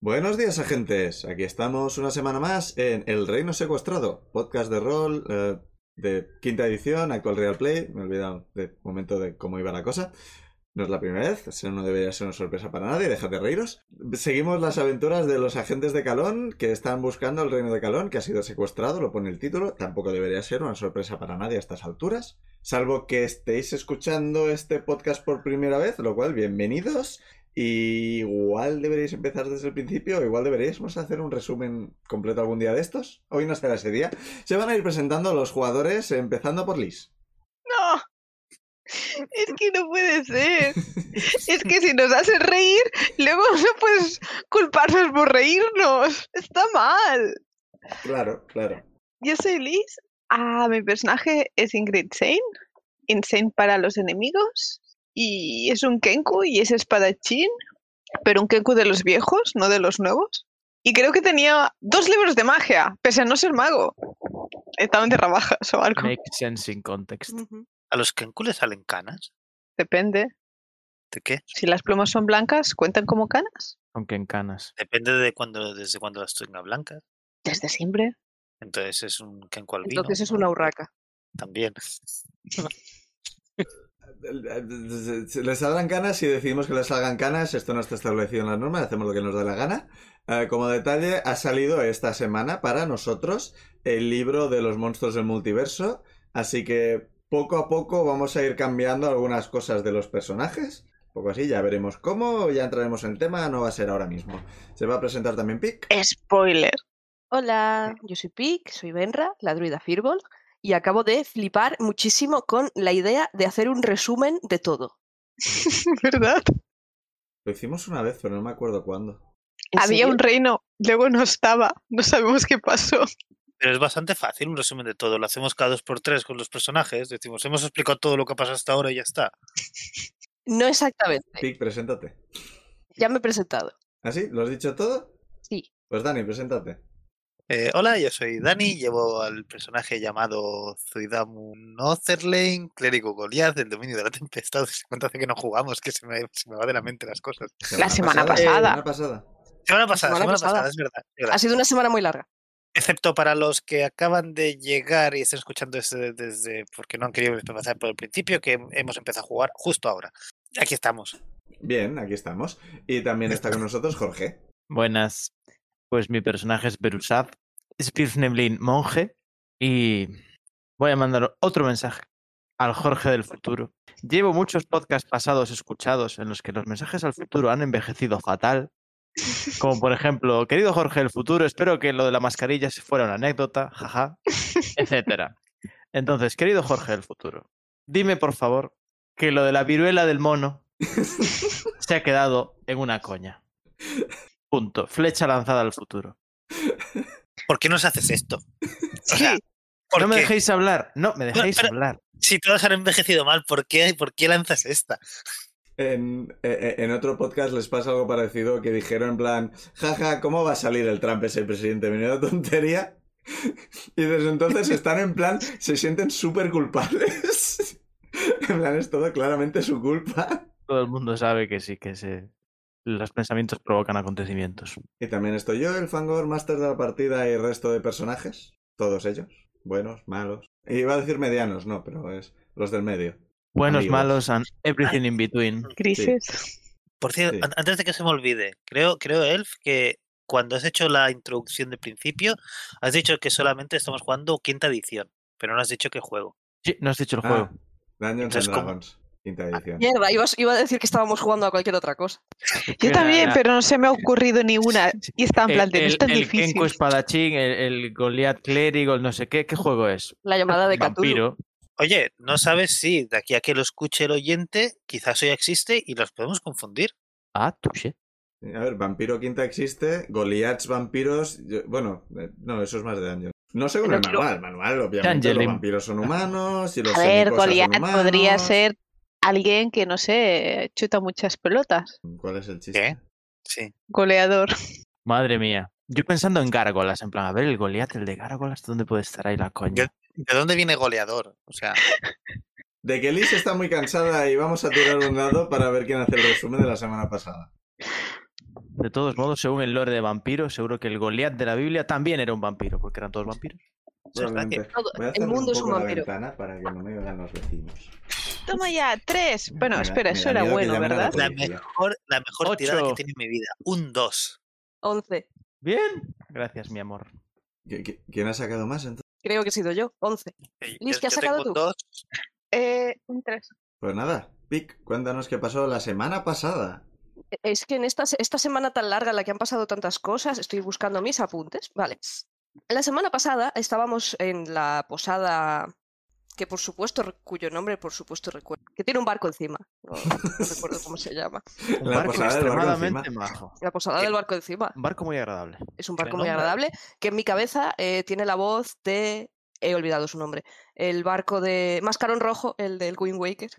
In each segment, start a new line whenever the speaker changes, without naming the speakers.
Buenos días, agentes. Aquí estamos una semana más en El Reino Secuestrado, podcast de rol eh, de quinta edición, actual Real Play. Me he olvidado de momento de cómo iba la cosa. No es la primera vez, eso no debería ser una sorpresa para nadie, dejad de reíros. Seguimos las aventuras de los agentes de Calón que están buscando el reino de Calón, que ha sido secuestrado, lo pone el título. Tampoco debería ser una sorpresa para nadie a estas alturas. Salvo que estéis escuchando este podcast por primera vez, lo cual, bienvenidos. Y igual deberéis empezar desde el principio, igual deberíamos hacer un resumen completo algún día de estos. Hoy no será ese día. Se van a ir presentando los jugadores, empezando por Liz.
¡No! Es que no puede ser. Es que si nos haces reír, luego no puedes culparnos por reírnos. Está mal.
Claro, claro.
Yo soy Liz. Ah, mi personaje es Ingrid Sane. Insane para los enemigos. Y es un Kenku y es espadachín. Pero un Kenku de los viejos, no de los nuevos. Y creo que tenía dos libros de magia, pese a no ser mago. Eh, Estaba en tierra baja o algo.
Make sense in context.
Ujú.
¿A los Kenku le salen canas?
Depende.
¿De qué?
Si las plumas son blancas, ¿cuentan como canas?
Aunque en canas.
Depende de cuando, desde cuando las tenga blancas.
Desde siempre.
Entonces es un Kenku albino.
Entonces es una urraca.
También.
Les saldrán canas si decidimos que les salgan canas. Esto no está establecido en las normas, hacemos lo que nos da la gana. Eh, como detalle, ha salido esta semana para nosotros el libro de los monstruos del multiverso. Así que poco a poco vamos a ir cambiando algunas cosas de los personajes. Un poco así, ya veremos cómo, ya entraremos en el tema, no va a ser ahora mismo. Se va a presentar también Pic.
Spoiler.
Hola, yo soy Pic, soy Benra, la druida Firbol, y acabo de flipar muchísimo con la idea de hacer un resumen de todo.
¿Verdad?
Lo hicimos una vez, pero no me acuerdo cuándo.
¿En
Había
serio?
un reino, luego no estaba. No sabemos qué pasó.
Pero es bastante fácil un resumen de todo. Lo hacemos cada dos por tres con los personajes. Decimos, hemos explicado todo lo que ha pasado hasta ahora y ya está.
No exactamente,
Pic, preséntate.
ya me he presentado.
¿Así? ¿Lo has dicho todo?
Sí.
Pues Dani, preséntate.
Eh, hola, yo soy Dani. Llevo al personaje llamado Zuidamu Notherlane, clérigo Goliath, del dominio de la tempestad. ¿Cuánto hace que no jugamos? Que se me, se me va de la mente las cosas.
La semana pasada.
Eh, Semana pasada.
Semana pasada,
semana
semana,
pasada.
pasada, es verdad. es verdad.
Ha sido una semana muy larga.
excepto para los que acaban de llegar y estén escuchando esto de- desde porque no han querido empezar por el principio, que hem- hemos empezado a jugar justo ahora. Aquí estamos.
Bien, aquí estamos. Y también está con nosotros Jorge.
Buenas. Pues mi personaje es Berusad, Spears Neblin monje. Y voy a mandar otro mensaje al Jorge del futuro. Llevo muchos podcasts pasados escuchados en los que los mensajes al futuro han envejecido fatal. Como por ejemplo, querido Jorge del futuro, espero que lo de la mascarilla se fuera una anécdota, jaja, etcétera. Entonces, querido Jorge del futuro, dime por favor que lo de la viruela del mono se ha quedado en una coña. Punto. Flecha lanzada al futuro.
¿Por qué nos haces esto? O
Sí,
sea, ¿por
No me
qué?
dejéis hablar, no me dejéis
pero-
hablar.
Si todos han envejecido mal, ¿por qué, ¿por qué lanzas esta?
En, eh, eh, en otro podcast les pasa algo parecido que dijeron en plan, jaja, ¿cómo va a salir el Trump ese presidente? Menuda tontería. Y desde entonces están en plan, se sienten súper culpables. En plan, es todo claramente su culpa.
Todo el mundo sabe que sí, que se... los pensamientos provocan acontecimientos.
Y también estoy yo, el Fangor, máster de la partida y resto de personajes. Todos ellos. Buenos, malos. Iba a decir medianos, no, pero es los del medio.
Buenos,
Amigos.
malos, and everything in between.
crisis.
Por cierto,
Sí.
an- antes de que se me olvide, creo, creo, Elf, que cuando has hecho la introducción de principio, has dicho que solamente estamos jugando quinta edición, pero no has dicho qué juego.
Sí, no has dicho el
Ah,
juego.
Dungeons and
Entonces, ¿cómo?
Dragons, quinta edición.
Mierda, iba, a- iba a decir que estábamos jugando a cualquier otra cosa.
Yo
Era-
también,
era
pero no se me ha ocurrido ni una. Y está en plan de, no
Eh, el,
es tan
el
difícil.
Kenku espadachín, el, el Goliath clérigo, el no sé qué. ¿Qué juego es?
La llamada de Cthulhu.
Vampiro.
Oye, no sabes si de aquí a que lo escuche el oyente, quizás hoy existe y los podemos confundir.
Ah, touché.
A ver, Vampiro Quinta existe, Goliaths Vampiros. yo- bueno, eh, no, eso es más de Dungeon. No según
Pero
el
quiero-
manual, manual, obviamente.
Dungeon.
Los vampiros son humanos y los
A ver,
semicosas son
Goliath
humanos.
podría ser alguien que, no sé, chuta muchas pelotas.
¿Cuál es el chiste?
Sí.
Goleador.
Madre mía. Yo pensando en gárgolas, en plan, a ver, el Goliath, el de gárgolas, ¿dónde puede estar ahí la coña?
¿De dónde viene goleador? O sea,
De que Liz está muy cansada y vamos a tirar un dado para ver quién hace el resumen de la semana pasada.
De todos modos, según el lore de vampiros, seguro que el Goliat de la Biblia también era un vampiro, porque eran todos vampiros.
Pues
Seguramente.
gracias.
Todo-
Voy a
el
cerrar
mundo
un
es un
poco la
vampiro.
ventana para que no me oigan los vecinos.
Toma ya, tres. Bueno,
Me da-
espera,
me
eso
da
era
miedo que
bueno,
llamen a
¿verdad?
La
policía.
mejor, la mejor
Ocho.
tirada que he tenido en mi vida. Un 2.
11.
Bien. Gracias, mi amor.
¿Qui- qui- ¿Quién ha sacado más entonces?
Creo que he sido yo. 11. Liz, ¿qué has sacado tú?
Eh, un tres.
Pues nada, Pic, cuéntanos qué pasó la semana pasada.
Es que en esta, se- esta semana tan larga en la que han pasado tantas cosas, estoy buscando mis apuntes. Vale. La semana pasada estábamos en la posada que por supuesto, re- cuyo nombre por supuesto recuerdo, que tiene un barco encima. No, no recuerdo cómo se llama.
Un
La
barco
posada del barco
extremadamente
encima.
majo.
La posada
Que-
del barco encima.
Un barco muy agradable.
Es un barco
Tremendo.
muy agradable que en mi cabeza eh, tiene la voz de... He olvidado su nombre. El barco de... Mascarón Rojo, el del Wind Waker.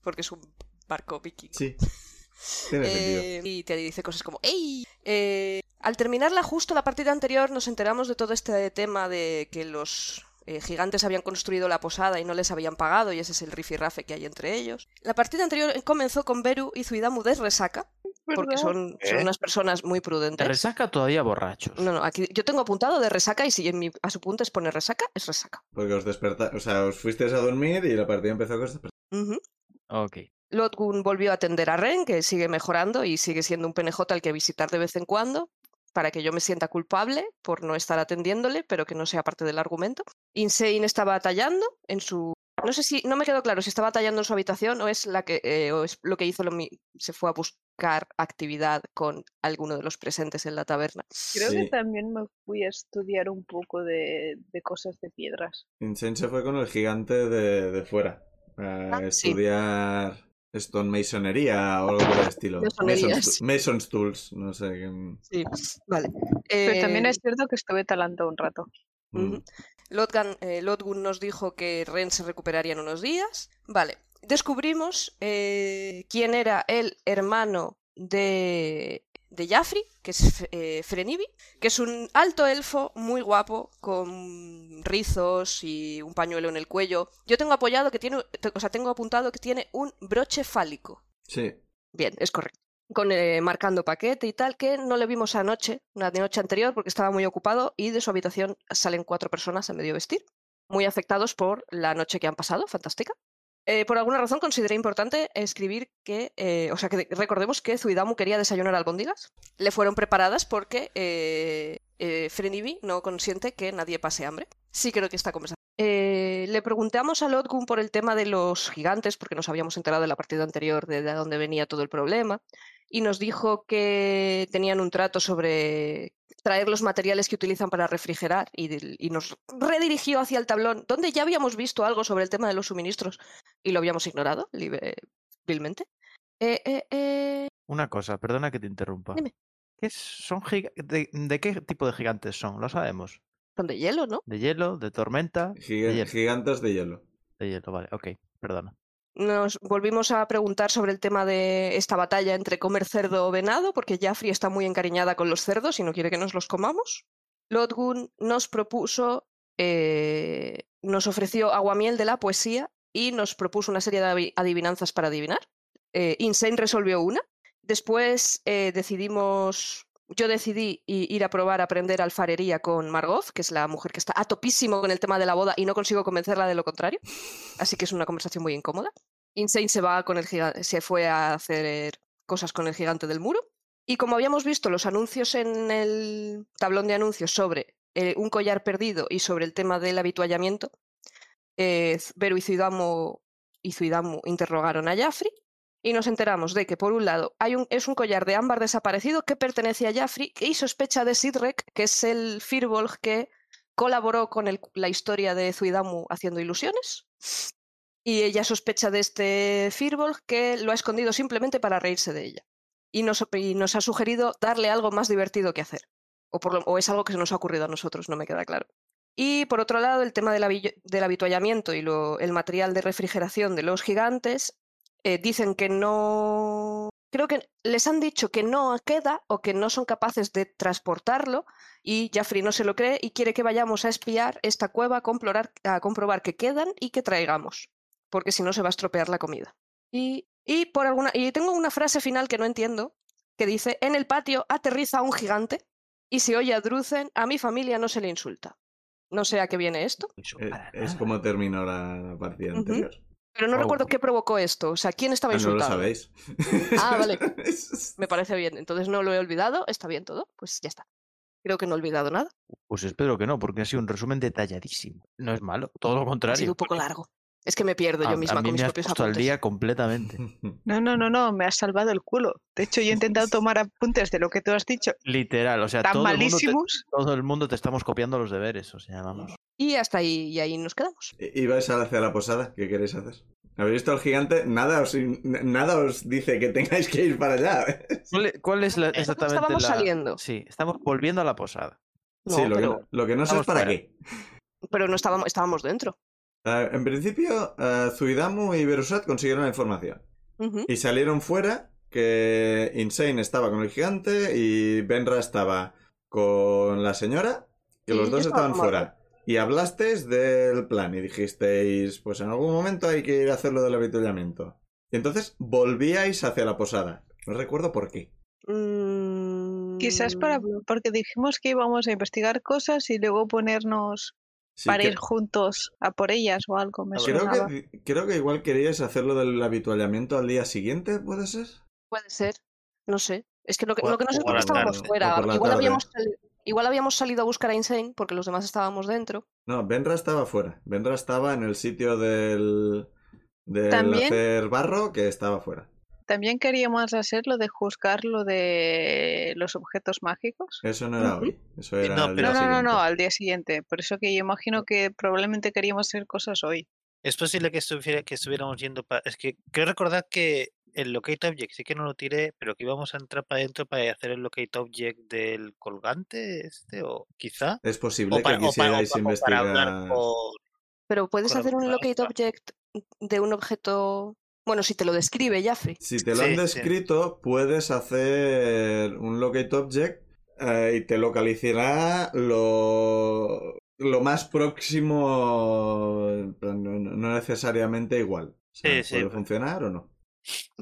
Porque es un barco viking.
Sí, tiene sentido.
Eh, y te dice cosas como ¡Ey! Eh, al terminarla justo la partida anterior nos enteramos de todo este tema de que los eh, gigantes habían construido la posada y no les habían pagado y ese es el rifirrafe que hay entre ellos. La partida anterior comenzó con Beru y Zuidamu de resaca porque
¿Verdad?
son, son
¿Eh?
unas personas muy
Te
prudentes.
resaca todavía borrachos.
No, no, aquí yo tengo apuntado de resaca y si en mi a su punto es poner resaca, es resaca.
Porque os desperta, o sea, os fuisteis a dormir y la partida empezó con esta
Ujú.
Ok.
Lodgun volvió a atender a Ren, que sigue mejorando y sigue siendo un PNJ al que visitar de vez en cuando, para que yo me sienta culpable por no estar atendiéndole, pero que no sea parte del argumento. Insane estaba tallando en su... No sé si, no me quedó claro si estaba tallando en su habitación o es, la que, eh, o es lo que hizo, lo mi- se fue a buscar actividad con alguno de los presentes en la taberna.
Creo
Sí.
que también me fui a estudiar un poco de, de cosas de piedras.
Insane se fue con el gigante de, de fuera a
Ah, sí.
estudiar stonemasonría o algo por el estilo.
Masonerías.
Mason's, Mason's Tools, no sé. qué- mm.
Sí, vale.
Pero también
Eh,
es cierto que estuve talando un rato.
mm.
Ujú. Lotgan, eh, Lotgun nos dijo que Ren se recuperaría en unos días. Vale, descubrimos eh, quién era el hermano de, de Jaffrey, que es F- eh, Frenivi, que es un alto elfo muy guapo, con rizos y un pañuelo en el cuello. Yo tengo apoyado que tiene, o sea, tengo apuntado que tiene un broche fálico.
Sí,
Bien, es correcto. Con eh, marcando paquete y tal, que no le vimos anoche, la de noche anterior, porque estaba muy ocupado y de su habitación salen cuatro personas a medio vestir, muy afectados por la noche que han pasado, fantástica. Eh, por alguna razón consideré importante escribir que, eh, o sea, que de- recordemos que Zuidamu quería desayunar albóndigas. Le fueron preparadas porque eh, eh, Frenivi no consiente que nadie pase hambre. Sí creo que esta conversación. Eh, le preguntamos a Lodgun por el tema de los gigantes, porque nos habíamos enterado de la partida anterior de, de dónde venía todo el problema, y nos dijo que tenían un trato sobre traer los materiales que utilizan para refrigerar y, del- y nos redirigió hacia el tablón, donde ya habíamos visto algo sobre el tema de los suministros y lo habíamos ignorado libre- vilmente. Eh, eh, eh,
Una cosa, perdona que te interrumpa.
Dime.
¿Qué es- son giga- de, de qué tipo de gigantes son? Lo sabemos.
son de hielo, ¿no?
¿De hielo? ¿De tormenta?
giga-
De hielo.
gigantes de hielo.
De hielo, vale, ok, perdona.
Nos volvimos a preguntar sobre el tema de esta batalla entre comer cerdo o venado, porque Jaffrey está muy encariñada con los cerdos y no quiere que nos los comamos. Lodgun nos propuso, eh, nos ofreció aguamiel de la poesía y nos propuso una serie de avi- adivinanzas para adivinar. Eh, Insane resolvió una. Después eh, decidimos, yo decidí i- ir a probar a aprender alfarería con Margot, que es la mujer que está a topísimo con el tema de la boda y no consigo convencerla de lo contrario. Así que es una conversación muy incómoda. Insane se va con el giga- se fue a hacer cosas con el gigante del muro. Y como habíamos visto los anuncios en el tablón de anuncios sobre eh, un collar perdido y sobre el tema del habituallamiento, eh, Z- Beru y Zuidamu, y Zuidamu interrogaron a Jaffrey y nos enteramos de que, por un lado, hay un, es un collar de ámbar desaparecido que pertenece a Jaffrey y sospecha de Sidrek, que es el Firbolg que colaboró con el- la historia de Zuidamu haciendo ilusiones. Y ella sospecha de este Firbolg que lo ha escondido simplemente para reírse de ella. Y nos, y nos ha sugerido darle algo más divertido que hacer. O, por lo- o es algo que se nos ha ocurrido a nosotros, no me queda claro. Y por otro lado, el tema del, habi- del habituallamiento y lo- el material de refrigeración de los gigantes, eh, dicen que no... Creo que les han dicho que no queda o que no son capaces de transportarlo y Jaffrey no se lo cree y quiere que vayamos a espiar esta cueva a complorar- a comprobar que quedan y que traigamos porque si no se va a estropear la comida. Y, y por alguna, y tengo una frase final que no entiendo, que dice, en el patio aterriza un gigante y se oye a Drucen, a mi familia no se le insulta. No sé a qué viene esto,
Pues
Eh, Es como terminó la, la partida anterior.
pero no
Oh.
recuerdo qué provocó esto, o sea, ¿quién
Ah,
estaba
no lo
insultado?
sabéis.
Ah, vale. Me parece bien, entonces no lo he olvidado, está bien todo, pues ya está. Creo que no he olvidado nada,
Pues espero que no, porque ha sido un resumen detalladísimo. No es malo, todo lo
ha
contrario.
sido un poco largo. Es que me pierdo
A-
yo
Ah, a
misma
mí
con mis
me has
propios
puesto al
apuntes.
día completamente.
No, no, no, no, me has salvado el culo. De hecho, yo he intentado tomar apuntes de lo que tú has dicho.
Literal, o sea,
Tan
todo el, mundo te,
malísimos.
todo el mundo te estamos copiando los deberes, o sea, vamos.
Y hasta ahí, y ahí nos quedamos.
Y y vais a- hacia la posada, ¿qué queréis hacer? ¿Habéis visto al gigante? Nada os, in- nada os dice que tengáis que ir para allá.
¿Cuál, e- cuál es la,
Nosotros
exactamente
estábamos
la-
saliendo.
Sí, estamos volviendo a la posada.
No,
sí, lo,
pero,
que, lo que no sé es
Vamos
para
fuera.
qué.
pero no estábamos, estábamos dentro.
Ah, en principio, ah, Zuidamu y Berusat consiguieron la información.
Ujú.
Y salieron fuera que Insane estaba con el gigante y Benra estaba con la señora, que
Sí,
los
yo
dos
estaba
estaban
como
fuera. Y hablasteis del plan y dijisteis, pues en algún momento hay que ir a hacer lo del avituallamiento. Y entonces volvíais hacia la posada. No recuerdo por qué.
Quizás para,
Mm,
porque dijimos que íbamos a investigar cosas y luego ponernos
Sí,
para
que-
ir juntos a por ellas o algo. Me
creo,
sonaba.
que, creo que igual queríais hacer lo del avituallamiento al día siguiente, ¿puede ser?
Puede ser, no sé. Es que lo que,
O a-
lo que no sé
o
es
a
por qué
la
estábamos
tarde.
O
fuera.
por la
Igual
tarde.
habíamos, sali- igual habíamos salido a buscar a Insane porque los demás estábamos dentro.
No, Benra estaba fuera. Benra estaba en el sitio del, del
También-
hacer barro que estaba fuera.
También queríamos hacer lo de juzgar lo de los objetos mágicos.
Eso no era
Ujú.
hoy. Eso era
No,
el
pero-
día
No, no, no, no,
siguiente.
al día siguiente. Por eso que yo imagino que probablemente queríamos hacer cosas hoy.
Es posible que, estuviera, que estuviéramos yendo para... Es que creo recordar que el locate object sí que no lo tiré, pero que íbamos a entrar para adentro para hacer el locate object del colgante este, o quizá.
Es posible
O para,
que
o para- o
quisierais
pa- o para hablar
investigar.
con...
Pero puedes
Con la
hacer un
bruja
locate
esta.
object de un objeto. Bueno, si te lo describe, Jaffrey.
Si te lo han
Sí, sí.
descrito, puedes hacer un locate object eh, y te localizará lo, lo más próximo. en plan, No, no- no necesariamente igual. O sea,
Sí, pues. sí,
¿Puede
pero-
funcionar o no?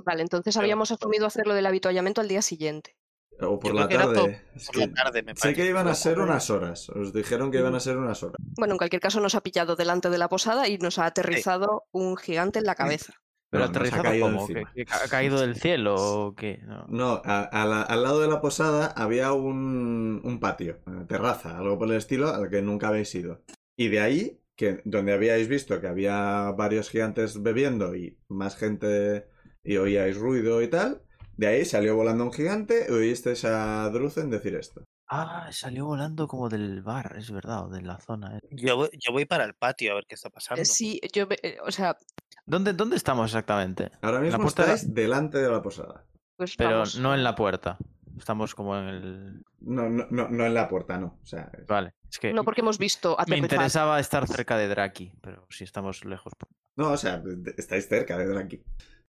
Vale, entonces
Claro.
habíamos asumido hacer lo del habituallamiento al día siguiente.
O por
creo
la
que era
tarde. Es
Por la
que-
tarde, me
Sé
parece.
que iban a
la
ser
tarde.
unas horas. Os dijeron que iban a ser unas horas.
Bueno, en cualquier caso, nos ha pillado delante de la posada y nos ha aterrizado un gigante en la cabeza. Eh,
Pero
No, nos ha
aterrizado
caído
como que,
encima.
que ca- ha caído del cielo o qué. No.
No, a- a la- al lado de la posada había un, un patio, una terraza, algo por el estilo, al que nunca habéis ido. Y de ahí, que donde habíais visto que había varios gigantes bebiendo y más gente y oíais ruido y tal, de ahí salió volando un gigante y oísteis a Drucen decir esto.
Ah, salió volando como del bar, es verdad, o de la zona. eh.
Yo voy, yo voy para el patio a ver qué está pasando.
Eh, Sí, yo, ve- eh, o sea,
¿Dónde, ¿Dónde estamos exactamente?
Ahora
la
mismo
puerta de la-
estáis delante de la posada.
pues
Pero
vamos.
no en la puerta. Estamos como en el.
No, no, no, no en la puerta, no. O sea,
Vale, es que
No porque hemos visto
me
aterrizar.
interesaba estar cerca de Draki, pero si estamos lejos. pues-
no, o sea, de- de- estáis cerca de Draki.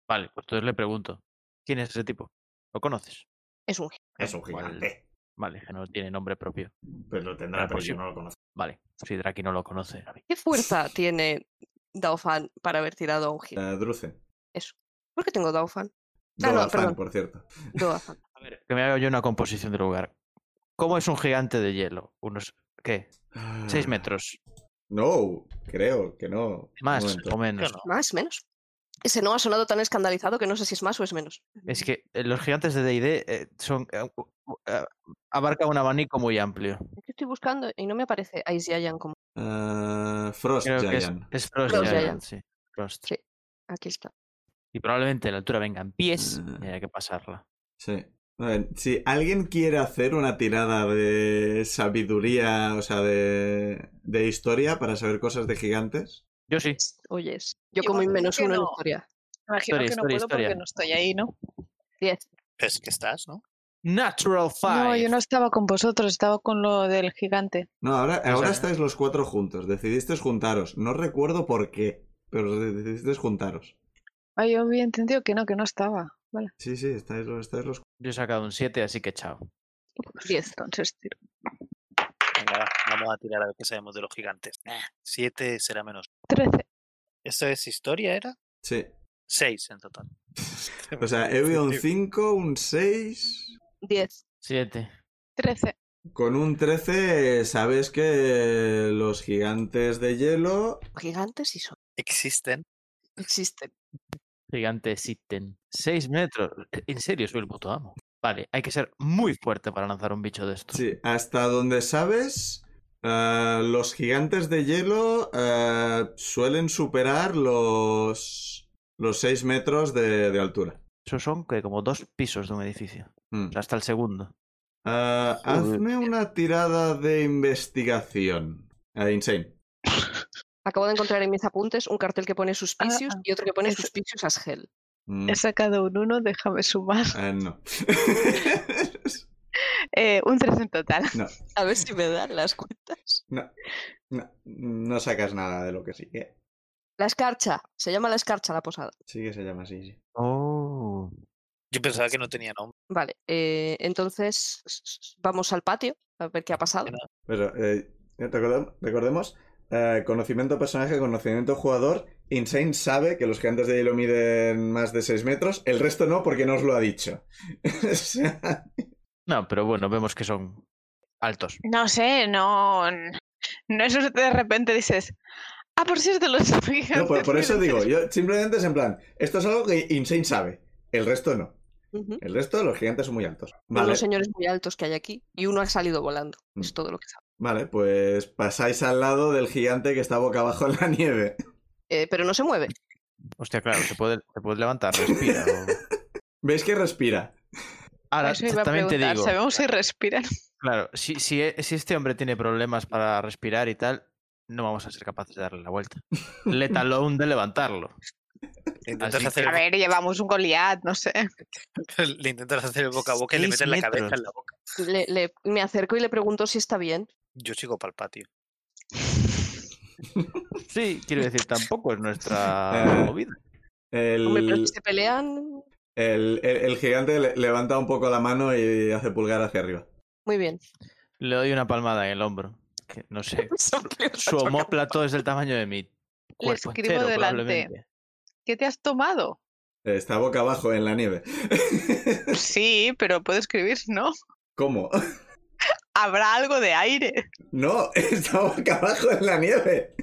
Vale, pues entonces le pregunto: ¿Quién es ese tipo? ¿Lo conoces?
Es un
Es un
Igual-
gigante.
Vale, que no tiene nombre propio.
Pero lo tendrá,
Ah,
pero
pues
yo
sí.
no lo conozco.
Vale, si Draki no lo conoce.
¿Qué fuerza tiene Daofan para haber tirado a un gigante?
Eh, Drucen.
¿Por qué tengo Daofan? Ah, no,
Doafan,
perdón.
por cierto.
Doafan.
A ver, que me haga yo una composición del lugar. ¿Cómo es un gigante de hielo? Unos, ¿qué? ¿Seis
Mm,
metros?
Ah, No, creo que no.
¿Más
Un momento.
o
Yo
menos?
no.
Más, menos. Ese no ha sonado tan escandalizado que no sé si es más o es menos.
Es que eh, los gigantes de D&D eh, son... eh, u- u- eh, abarca un abanico muy amplio.
Es que estoy buscando y no me aparece Ice Giant como.
Eh, Frost
Creo que es,
Giant.
es Frost
Frost
Giant,
Giant.
sí. Frost.
Sí. Aquí está.
Y probablemente la altura venga en pies
Mm.
y haya que pasarla.
Sí. A ver, si alguien quiere hacer una tirada de sabiduría, o sea, de, de historia para saber cosas de gigantes.
Yo sí.
Oyes. Yo
Yo
como un
imagino
menos
que
uno en
no.
historia.
Imagino
Historia,
que no
historia,
puedo
historia.
porque no estoy ahí, ¿no?
Diez.
Pues que estás, ¿no?
Natural Five.
No, yo no estaba con vosotros, estaba con lo del gigante.
No, ahora,
Pues
ahora
ahora.
estáis los cuatro juntos. Decidisteis juntaros. No recuerdo por qué, pero decidisteis juntaros.
Ah, yo había entendido que no, que no estaba. Vale.
Sí, sí, estáis, los- estáis los
Yo he sacado un 7, así que chao.
Diez.
Entonces, tiro.
Venga, va, vamos a tirar a ver qué sabemos de los gigantes. Nah, siete será menos.
Trece.
¿Eso es historia, era?
Sí.
Seis en total.
O sea, he oído un 5, un 6.
10.
Siete.
13.
Con un 13 sabes que los gigantes de hielo...
Gigantes y son.
Existen.
Existen.
Gigante Sitten. Seis metros. En serio, soy el puto amo. Vale, hay que ser muy fuerte para lanzar un bicho de esto.
Sí, hasta donde sabes, eh, los gigantes de hielo eh, suelen superar los, los 6 metros de, de altura.
Eso son que como dos pisos de un edificio.
Mm.
O sea, hasta el segundo.
Eh, hazme una tirada de investigación. Eh, insane.
Acabo de encontrar en mis apuntes un cartel que pone suspicious
ah.
y otro que pone
Ese-
suspicious as hell.
Mm,
He sacado un 1, déjame sumar.
eh, no.
Eh, un 3 en total.
A ver si me dan las cuentas.
no. no sacas nada de lo que sí que.
La escarcha. Se llama la escarcha la posada.
Sí que se llama así. sí.
Oh.
Yo pensaba que no tenía nombre.
Vale, eh, entonces vamos al patio a ver qué ha pasado.
Bueno.
Pero, eh, recordem- recordemos, eh, conocimiento personaje, conocimiento jugador. Insane sabe que los gigantes de hielo miden más de 6 metros. El resto no, porque no os lo ha dicho. O sea,
No, pero bueno, vemos que son altos.
No sé, no. No es que de repente dices. Ah, por cierto, los gigantes.
no, por, por eso
miden
digo,
tres".
yo simplemente es en plan, esto es algo que Insane sabe. El resto no.
Ujú.
El resto, los gigantes son muy altos.
Son
Vale,
Los señores muy altos que hay aquí y uno ha salido volando.
Mm.
Es todo lo que sabe.
vale, pues pasáis al lado del gigante que está boca abajo en la nieve.
Eh, pero no se mueve.
Hostia, claro, se puede, se puede levantar, respira. o-
¿Veis que respira?
Ahora,
Eso iba a
también te
preguntar,
digo,
¿Sabemos si respiran?
claro, si, si, e- si este hombre tiene problemas para respirar y tal, no vamos a ser capaces de darle la vuelta. Let alone de levantarlo.
Intentas
Ah,
Así
hacer
A
el,
ver, llevamos un Goliat, no sé.
le intentas hacer el boca a boca y le
Seis
metes la cabeza
metros.
en la boca.
Le- le- me acerco y le pregunto si está bien.
Yo sigo para el patio.
Sí, quiero decir, tampoco es nuestra
Eh,
movida.
El,
Hombre, pero si se pelean.
el- el- el gigante le- levanta un poco la mano y hace pulgar hacia arriba.
Muy bien.
Le doy una palmada en el hombro. Que no sé. Su homóplato es del tamaño de mi cuerpo
escribo
entero,
delante.
probablemente.
¿Qué te has tomado?
Eh, Está boca abajo en la nieve.
Sí, pero puedo escribir, ¿no?
¿Cómo?
Habrá algo de aire.
No, está boca abajo en la nieve.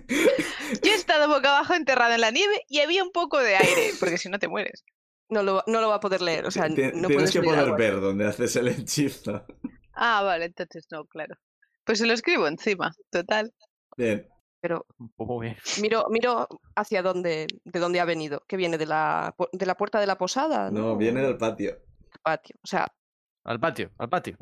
Yo he estado boca abajo enterrada en la nieve y había un poco de aire, porque si no te mueres.
No lo, no lo va a poder leer. O sea,
Tien-
Ah, no
Tienes
puedes
que
leer
poder
agua.
ver dónde haces el hechizo.
Ah, vale, entonces no, claro. Pues se lo escribo encima, total.
Bien.
Pero
Un poco bien.
miro, miro hacia dónde, de dónde ha venido. Que viene de la, pu- de la puerta de la posada.
No, viene del patio.
patio. O sea,
Al patio, al patio.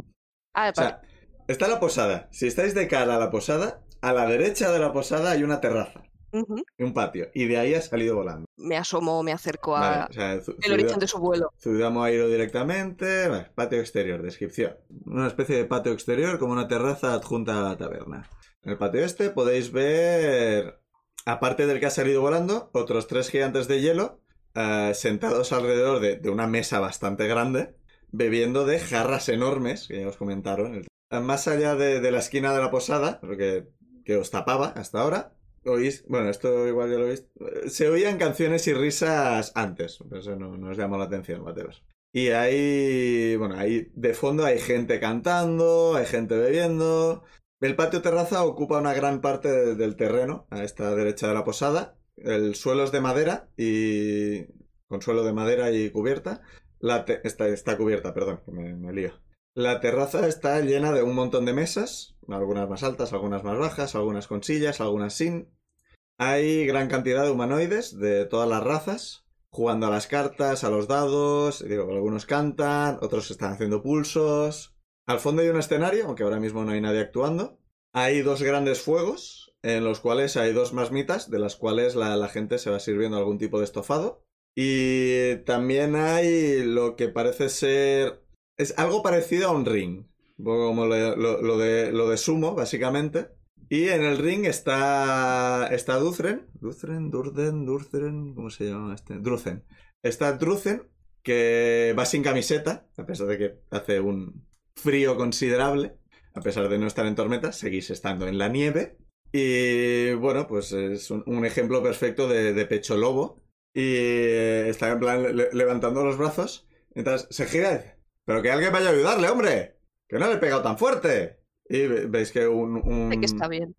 ah, el
O sea, está la posada. Si estáis de cara a la posada, a la derecha de la posada hay una terraza
patio. Ujú.
y un patio. Y de ahí ha salido volando.
Me asomo, me acerco a
Vale, o sea, Zu-
el origen de su vuelo.
Zuidamo ha ido directamente. Vale, patio exterior, descripción. Una especie de patio exterior como una terraza adjunta a la taberna. En el patio este podéis ver, aparte del que ha salido volando, otros tres gigantes de hielo eh, sentados alrededor de, de una mesa bastante grande, bebiendo de jarras enormes, que ya os comentaron. El- Eh, Más allá de, de la esquina de la posada, lo que, que os tapaba hasta ahora, oís, bueno, esto igual ya lo oís, eh, se oían canciones y risas antes, por eso no, no os llamó la atención, Mateos. Y ahí, bueno, ahí de fondo hay gente cantando, hay gente bebiendo. El patio terraza ocupa una gran parte de- del terreno, a esta derecha de la posada. El suelo es de madera y. con suelo de madera y cubierta. La te- está, está cubierta, perdón, que me, me lío. La terraza está llena de un montón de mesas, algunas más altas, algunas más bajas, algunas con sillas, algunas sin. Hay gran cantidad de humanoides de todas las razas, jugando a las cartas, a los dados, digo, algunos cantan, otros están haciendo pulsos. Al fondo hay un escenario, aunque ahora mismo no hay nadie actuando. Hay dos grandes fuegos, en los cuales hay dos masmitas, de las cuales la, la gente se va sirviendo algún tipo de estofado. Y también hay lo que parece ser... Es algo parecido a un ring, un poco como lo- lo- lo de, lo de sumo, básicamente. Y en el ring está. Está Duthren. Duthren, Durden, Durthren. ¿Cómo se llama este? Druzen. Está Druzen, que va sin camiseta, a pesar de que hace un frío considerable. A pesar de no estar en tormenta, seguís estando en la nieve. Y bueno, pues es un, un ejemplo perfecto de, de pecho lobo. y eh, está en plan le- levantando los brazos. Entonces se gira y dice, pero que alguien vaya a ayudarle, hombre, que no le he pegado tan fuerte. Y ve- veis que un, un-
Ay, que está bien.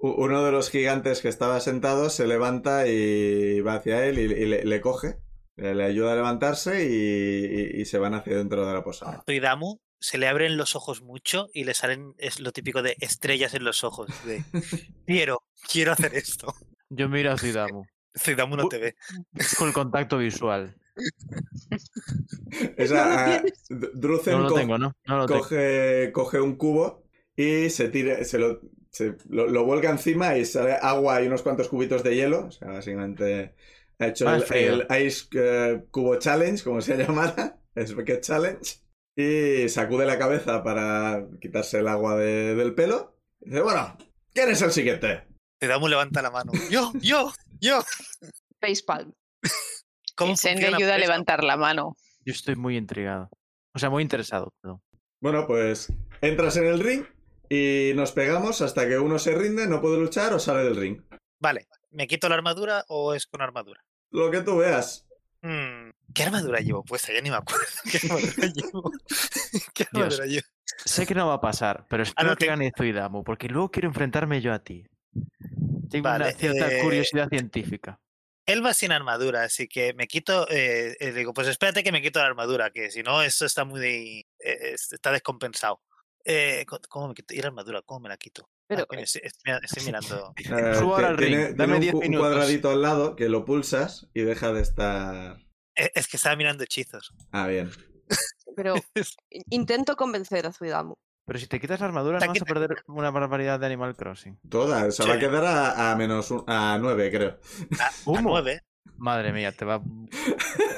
u- uno de los gigantes que estaba sentado se levanta y va hacia él y, y le, le coge, le, le ayuda a levantarse y, y- y se van hacia dentro de la posada.
Zuidamu se le abren los ojos mucho y le salen, es lo típico de estrellas en los ojos. De, quiero, quiero hacer esto.
Yo miro a Zuidamu
Zuidamu no te ve.
con contacto visual.
No lo
Esa, ah,
tienes.
Dr- Drucen
No lo
co-
tengo, ¿no? No lo tengo.
coge, coge un cubo y se tira, se lo, se- lo, lo vuelca encima y sale agua y unos cuantos cubitos de hielo. O sea, básicamente ha hecho
Ah,
el,
es frío.
el Ice eh, Cubo Challenge, como se llamara, es Bucket Challenge. Y sacude la cabeza para quitarse el agua de- del pelo. Y dice, bueno, ¿quién es el siguiente?
Zuidamu levanta la mano. Yo, yo, yo.
Facepalm.
¿Cómo
Insane le
funciona
ayuda a
esto?
levantar la mano.
Yo estoy muy intrigado. O sea, muy interesado, perdón.
Bueno, pues entras en el ring y nos pegamos hasta que uno se rinde, no puede luchar o sale del ring.
Vale, ¿me quito la armadura o es con armadura?
Lo que tú veas.
Mm, ¿Qué armadura llevo puesta? Ya ni me acuerdo. ¿Qué armadura llevo? ¿Qué
Dios.
armadura llevo?
Sé que no va a pasar, pero espero
Ah, no
que
tengo-
gane Zuidamu, porque luego quiero enfrentarme yo a ti. Tengo
Vale,
una cierta
eh,
curiosidad científica.
Él va sin armadura, así que me quito. eh, eh, digo, pues espérate que me quito la armadura, que si no, eso está muy. de- eh, es- está descompensado. Eh, co- ¿Cómo me quito? ¿Y la armadura? ¿Cómo me la quito? Ah,
Pero, eh
coño, estoy, estoy- estoy mirando.
Eh,
Subo ahora
ti-
al
tiene,
ring.
tiene
Dame
un
10
cu- un,
minutos.
cuadradito al lado que lo pulsas y deja de estar.
Eh, Es que estaba mirando hechizos.
Ah, bien.
pero in- intento convencer a Zuidamu.
Pero si te quitas la armadura, no
Taqui,
vas a
taqui,
perder una barbaridad de Animal Crossing.
Toda, se va a
Sí.
quedar a, a menos un- a 9, creo.
A
Humo.
nueve.
Madre mía, te va.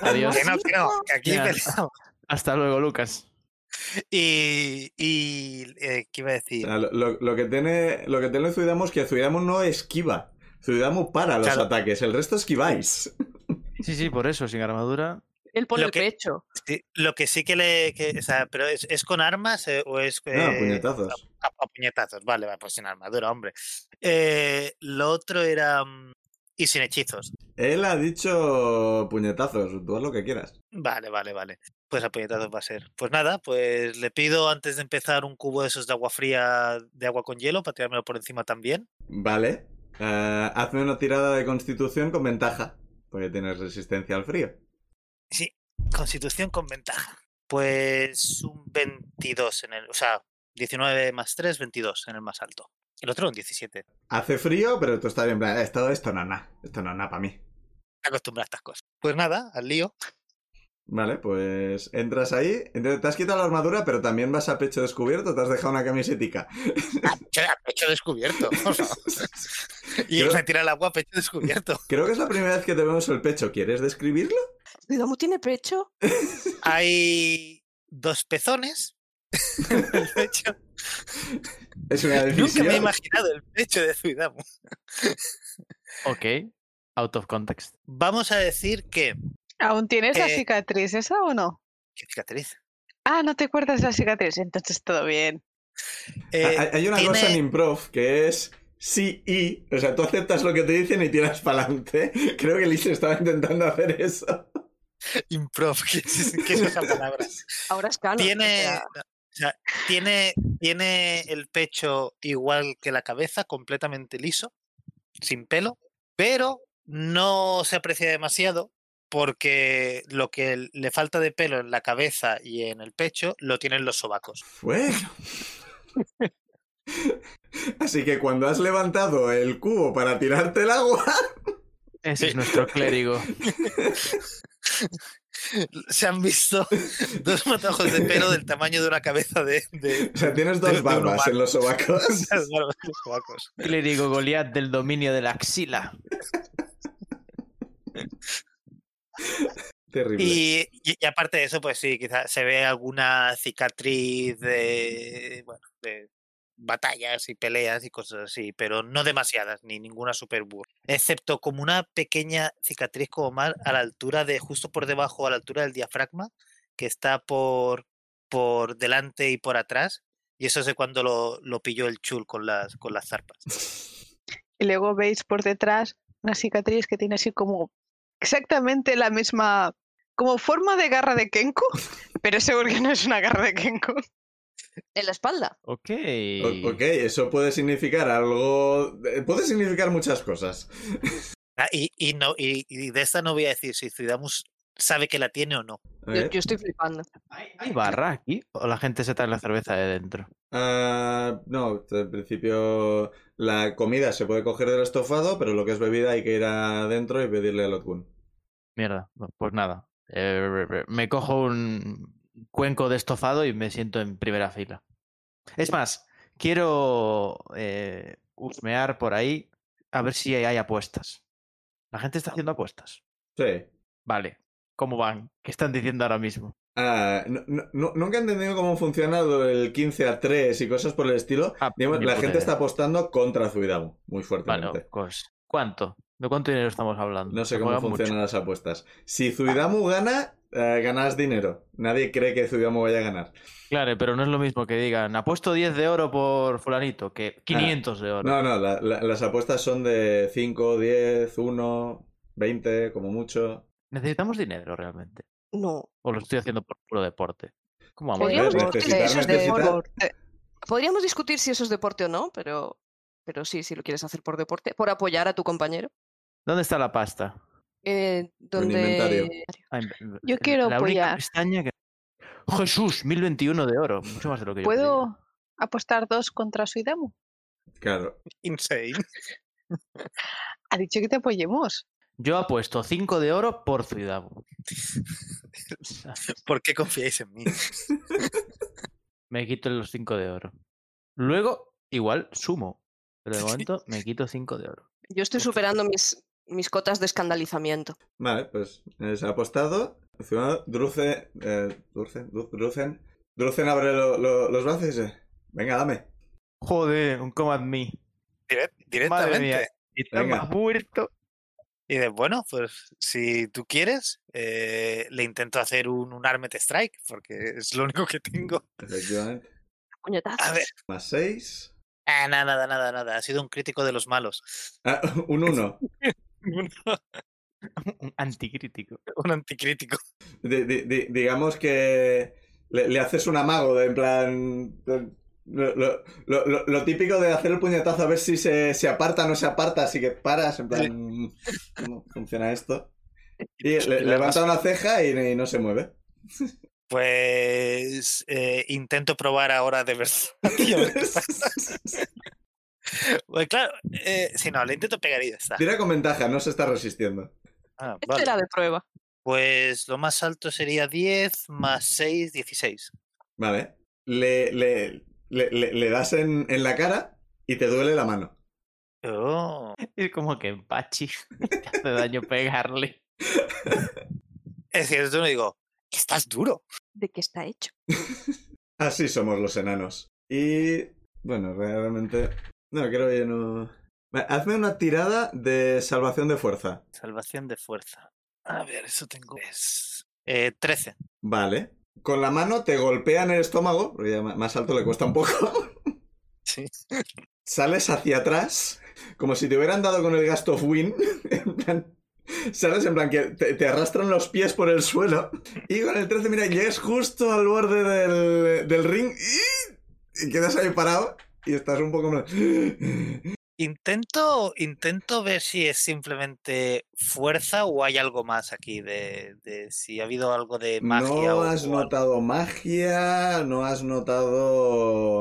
Adiós.
Que no, que no, que aquí
Mira.
peleamos.
Hasta luego, Lucas.
Y. y eh, ¿Qué iba a
O
decir?
sea, lo, lo- lo que tiene, lo que tiene Zuidamu es que Zuidamu no esquiva. Zuidamu para los
Claro.
ataques, el resto esquiváis.
Sí, sí, por eso, sin armadura.
Él pone
Lo
el
que-
pecho.
Sí, lo que sí que le. que- o sea, pero es, ¿es con armas eh, o es.
No,
eh,
puñetazos.
A, a puñetazos, vale, va, pues sin armadura, hombre. Eh, lo otro era. mm, Y sin hechizos.
Él ha dicho puñetazos, tú haz lo que quieras.
Vale, vale, vale. Pues a puñetazos va a ser. Pues nada, pues le pido antes de empezar un cubo de esos de agua fría, de agua con hielo, para tirármelo por encima también.
Vale. Eh, hazme una tirada de constitución con ventaja, porque tienes resistencia al frío.
Constitución con ventaja. Pues un 22 en el. O sea, 19 más 3, 22 en el más alto. El otro un 17.
Hace frío, pero tú estás bien, en plan, "Eh, todo esto no es nada, esto no es nada para mí.
Te acostumbras a estas cosas. Pues nada, al lío.
Vale, pues entras ahí. Entonces, te has quitado la armadura, pero también vas a pecho descubierto, te has dejado una camisetica.
Che, a pecho descubierto. por favor. y
Creo-
me tira el agua a pecho descubierto.
Creo que es la primera vez que te vemos el pecho. ¿Quieres describirlo?
¿Zuidamu tiene pecho?
Hay dos pezones. en el pecho.
Es una
Nunca
decisión.
me he imaginado el pecho de Zuidamu.
Ok. Out of context.
Vamos a decir que.
¿Aún tienes la
Eh,
cicatriz esa o no?
¿Qué cicatriz?
Ah, ¿no te acuerdas la cicatriz? Entonces todo bien.
Eh,
Ah,
Hay- Hay una
tiene-
cosa en improv que es sí y. O sea, tú aceptas lo que te dicen y tiras para adelante. Creo que Liz estaba intentando hacer eso.
ah.
improv, ¿qué es, qué es esa palabra?
Ahora es cano. Ah, o
Tiene,
sea,
o sea, tiene, tiene el pecho igual que la cabeza, completamente liso, sin pelo, pero no se aprecia demasiado porque lo que le falta de pelo en la cabeza y en el pecho lo tienen los sobacos.
Bueno. Así que cuando has levantado el cubo para tirarte el agua,
Ese es
Sí.
nuestro clérigo.
Se han visto dos matajos de pelo del tamaño de una cabeza de, de-
o sea, tienes
De-
dos
de un
barbas
humano.
en los sobacos.
de los sobacos.
Clérigo Goliat del dominio de la axila.
Terrible.
Y, y- y aparte de eso, pues sí, quizás se ve alguna cicatriz de, bueno, de batallas y peleas y cosas así, pero no demasiadas, ni ninguna super burra. Excepto como una pequeña cicatriz como más a la altura de, justo por debajo, a la altura del diafragma, que está por, por delante y por atrás. Y eso es de cuando lo, lo pilló el chul con las, con las zarpas.
Y luego veis por detrás una cicatriz que tiene así como exactamente la misma, como forma de garra de Kenku, pero seguro que no es una garra de Kenku.
En la espalda.
Ok.
O- ok, eso puede significar algo. eh, Puede significar muchas cosas.
Ah, Y, y no, y, y de esta no voy a decir si Zuidamus sabe que la tiene o no.
A
Yo,
ver.
yo estoy flipando.
¿Hay, hay barra aquí? ¿O la gente se trae la cerveza de dentro?
Ah, no, en principio la comida se puede coger del estofado, pero lo que es bebida hay que ir adentro y pedirle al Otgun.
Mierda, no, pues nada. Eh, me cojo un cuenco de estofado y me siento en primera fila. Es más, quiero eh, husmear por ahí a ver si hay apuestas. La gente está haciendo apuestas.
Sí.
Vale, ¿cómo van? ¿Qué están diciendo ahora mismo?
Ah, no- no- no- nunca he entendido cómo ha funcionado el 15 a 3 y cosas por el estilo.
Ah,
Digamos,
ni
la
puta
gente
idea.
está apostando contra Zuidamu, muy fuertemente.
Vale, pues, ¿cuánto? ¿De cuánto dinero estamos hablando?
No sé
Se
cómo
juega mucho.
funcionan las apuestas. Si Zuidamu gana, eh, ganas dinero. Nadie cree que Zuidamu vaya a ganar.
Claro, pero no es lo mismo que digan, apuesto 10 de oro por fulanito, que 500 de oro.
No, no, la- la- las apuestas son de 5, 10, 1, 20, como mucho.
Necesitamos dinero realmente.
No.
O lo estoy haciendo por puro deporte. ¿Cómo vamos?
Podríamos
Podríamos
ver,
discutir,
necesitar,
si eso es de-
necesitar.
por- podríamos discutir si eso es deporte o no, pero, pero sí, si lo quieres hacer por deporte, por apoyar a tu compañero.
¿Dónde está la pasta?
Eh,
Un
donde...
inventario.
Ah, en-
Yo
en
quiero
la única
apoyar.
pestaña que- Jesús, 1021 de oro. Mucho más de lo que yo pedía.
¿Puedo apostar dos contra Suidamu?
Claro.
Insane.
Ha dicho que te apoyemos.
Yo apuesto 5 de oro por ciudad.
¿Por qué confiáis en mí?
Me quito los 5 de oro. Luego, igual, sumo. Pero de
Sí.
momento me quito 5 de oro.
Yo estoy superando mis, mis cotas de escandalizamiento.
Vale, pues eh, se ha apostado. Zuidamu- Druce, eh, Drucen, Dru- Drucen. Drucen abre lo- lo- los brazos y dice: Venga, dame.
Joder, un come at me.
Direct-
Madre
directamente.
mía. Está
Venga.
más muerto.
Y dices, bueno, pues si tú quieres, eh, le intento hacer un, un Armed Strike, porque es lo único que tengo.
Efectivamente.
Puñetazos.
A ver.
Más 6.
Ah, nada, nada, nada, nada. Ha sido un crítico de los malos.
Ah, un 1.
Un,
Un anticrítico.
un anticrítico.
digamos que le, le haces un amago, de, en plan. de- lo, lo- lo- lo- lo típico de hacer el puñetazo a ver si se, se aparta o no se aparta, así que paras, en plan. ¿Cómo funciona esto? Y le-
Y además,
levanta una ceja y, y no se mueve.
Pues eh, intento probar ahora de verdad. y a ver qué pasa. Pues claro, eh, si no, le intento pegar y ya está.
Tira con ventaja, no se está resistiendo.
Ah,
Esto
vale.
Este era de prueba.
Pues lo más alto sería 10 más 6, 16.
Vale. Le, le, le- le- le das en, en la cara y te duele la mano.
Oh.
Es como que empachi. Te hace daño pegarle.
Es cierto, no digo, estás duro.
¿De qué está hecho?
Así somos los enanos. Y bueno, realmente. No, creo que no. Va, Hazme una tirada de salvación de fuerza.
Salvación de fuerza. A ver, eso tengo. Es, eh, 13.
Vale. Con la mano te golpea en el estómago, porque ya ma- más alto le cuesta un poco.
Sí.
Sales hacia atrás, como si te hubieran dado con el gast of wind. En plan, sales en plan que te, te arrastran los pies por el suelo. Y con el 13, mira, llegas justo al borde del, del ring y, y quedas ahí parado. Y estás un poco... en plan,
Intento, intento ver si es simplemente fuerza o hay algo más aquí, de, de si ha habido algo de magia.
No
o-
has
o algo.
notado magia, no has notado...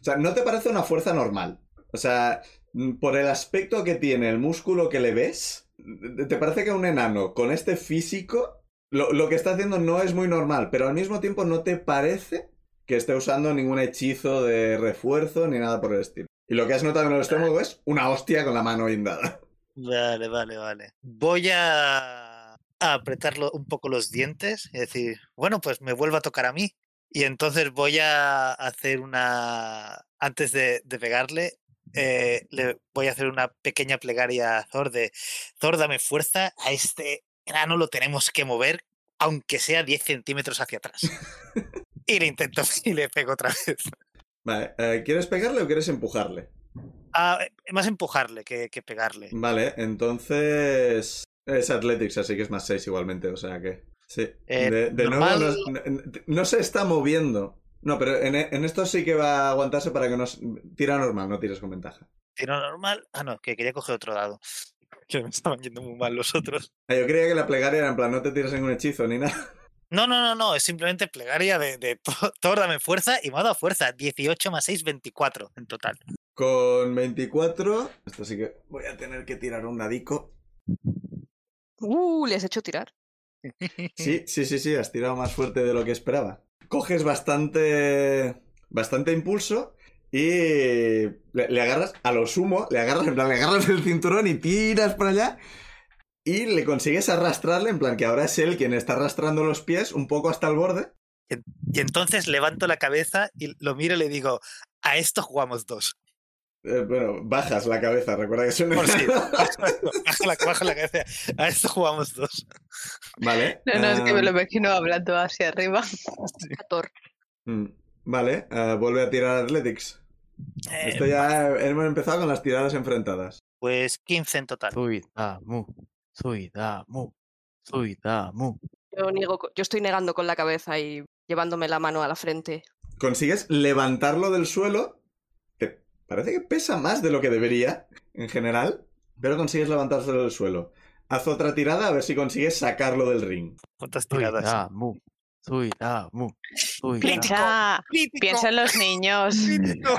O sea, no te parece una fuerza normal. O sea, mm, por el aspecto que tiene, el músculo que le ves, mm, te parece que un enano con este físico, lo, lo que está haciendo no es muy normal, pero al mismo tiempo no te parece que esté usando ningún hechizo de refuerzo ni nada por el estilo. Y lo que has notado en el estómago es una hostia con la mano guindada.
Vale, vale, vale. Voy a, a apretar lo- un poco los dientes y decir, bueno, pues me vuelvo a tocar a mí. Y entonces voy a hacer una, antes de, de pegarle, eh, le voy a hacer una pequeña plegaria a Zor de, Zor, dame fuerza, a este enano lo tenemos que mover, aunque sea 10 centímetros hacia atrás. y le intento y le pego otra vez.
Vale, eh, ¿quieres pegarle o quieres empujarle?
Ah, eh, más empujarle que, que pegarle.
Vale, entonces Es Athletics, así que es más 6 igualmente, o sea que. Sí.
Eh,
de de
normal-
nuevo, no, no- no se está moviendo. No, pero en, en esto sí que va a aguantarse para que nos. Tira normal, no tires con ventaja.
Tiro normal. Ah, no, que quería coger otro dado. Que me estaban yendo muy mal los otros.
Ah, Yo creía que la plegaria era en plan, no te tiras ningún hechizo ni nada.
No, no, no, no. Es simplemente plegaria de, de Thor, Thor, dame fuerza y me ha dado fuerza. 18 más 6, 24 en total.
Con 24. Esto sí que voy a tener que tirar un dadico.
Uh, le has hecho tirar.
Sí, sí, sí, sí, has tirado más fuerte de lo que esperaba. Coges bastante. bastante impulso y. le, le agarras a lo sumo, le agarras, en plan, le agarras el cinturón y tiras para allá. Y le consigues arrastrarle, en plan, que ahora es él quien está arrastrando los pies un poco hasta el borde.
Y entonces levanto la cabeza y lo miro y le digo, a esto jugamos dos.
Eh, bueno, bajas la cabeza, recuerda que es un
Por si- bajo, la, bajo la cabeza. A esto jugamos dos.
Vale.
No, no, es que me lo
ah,
imagino hablando hacia arriba.
A Thor.
mm, Vale, ah, vuelve a tirar Athletics.
Eh,
Esto ya hemos empezado con las tiradas enfrentadas.
Pues 15 en total.
Zuidamu, Zuidamu, Zuidamu.
Yo, niego co- yo estoy negando con la cabeza y llevándome la mano a la frente.
consigues levantarlo del suelo. Te parece que pesa más de lo que debería, en general, pero consigues levantárselo del suelo. Haz otra tirada a ver si consigues sacarlo del ring.
¿Cuántas tiradas?
Zuidamu, Zuidamu,
Crítico.
Zuidamu.
Ya,
Crítico,
piensa en los niños.
crítico,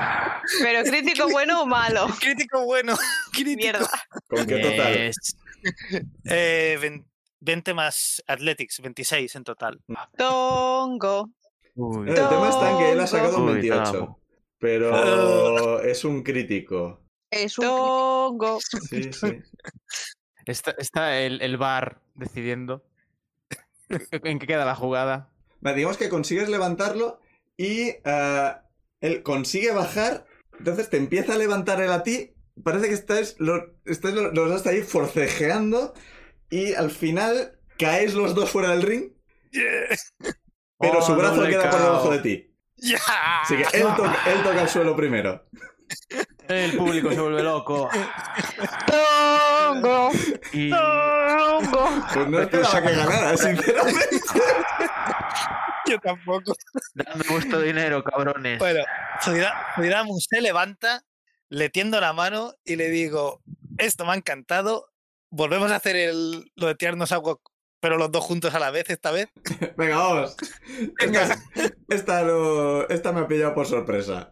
Pero crítico bueno o malo.
crítico bueno. Crítico.
Mierda.
¿Con qué total?
Yes.
Eh, vein- 20 más Athletics, 26 en total.
Tongo.
El tema está en que él ha sacado un
Uy,
28.
bravo.
Pero es un crítico.
Es un crítico.
Tongo.
Sí, sí.
Está, está el, el bar decidiendo en qué queda la jugada.
Vale, digamos que consigues levantarlo y ah, él consigue bajar, entonces te empieza a levantar él a ti. Parece que estáis, lo- estáis lo- los dos ahí forcejeando y al final caéis los dos fuera del ring, pero
Oh,
su brazo
doble
queda por debajo
KO.
de ti.
¡Ya!
Así que él, toca- él toca el suelo primero.
El público se vuelve loco.
Tongo.
Y
Tongo.
Pues no esperaba que ganara, sinceramente.
Yo tampoco.
dame vuestro dinero, cabrones.
Bueno, Zuida- Zuidamu se levanta, le tiendo la mano y le digo, esto me ha encantado, volvemos a hacer el, lo de tirarnos agua, pero los dos juntos a la vez esta vez.
Venga, vamos. Esta, esta lo- esta me ha pillado por sorpresa.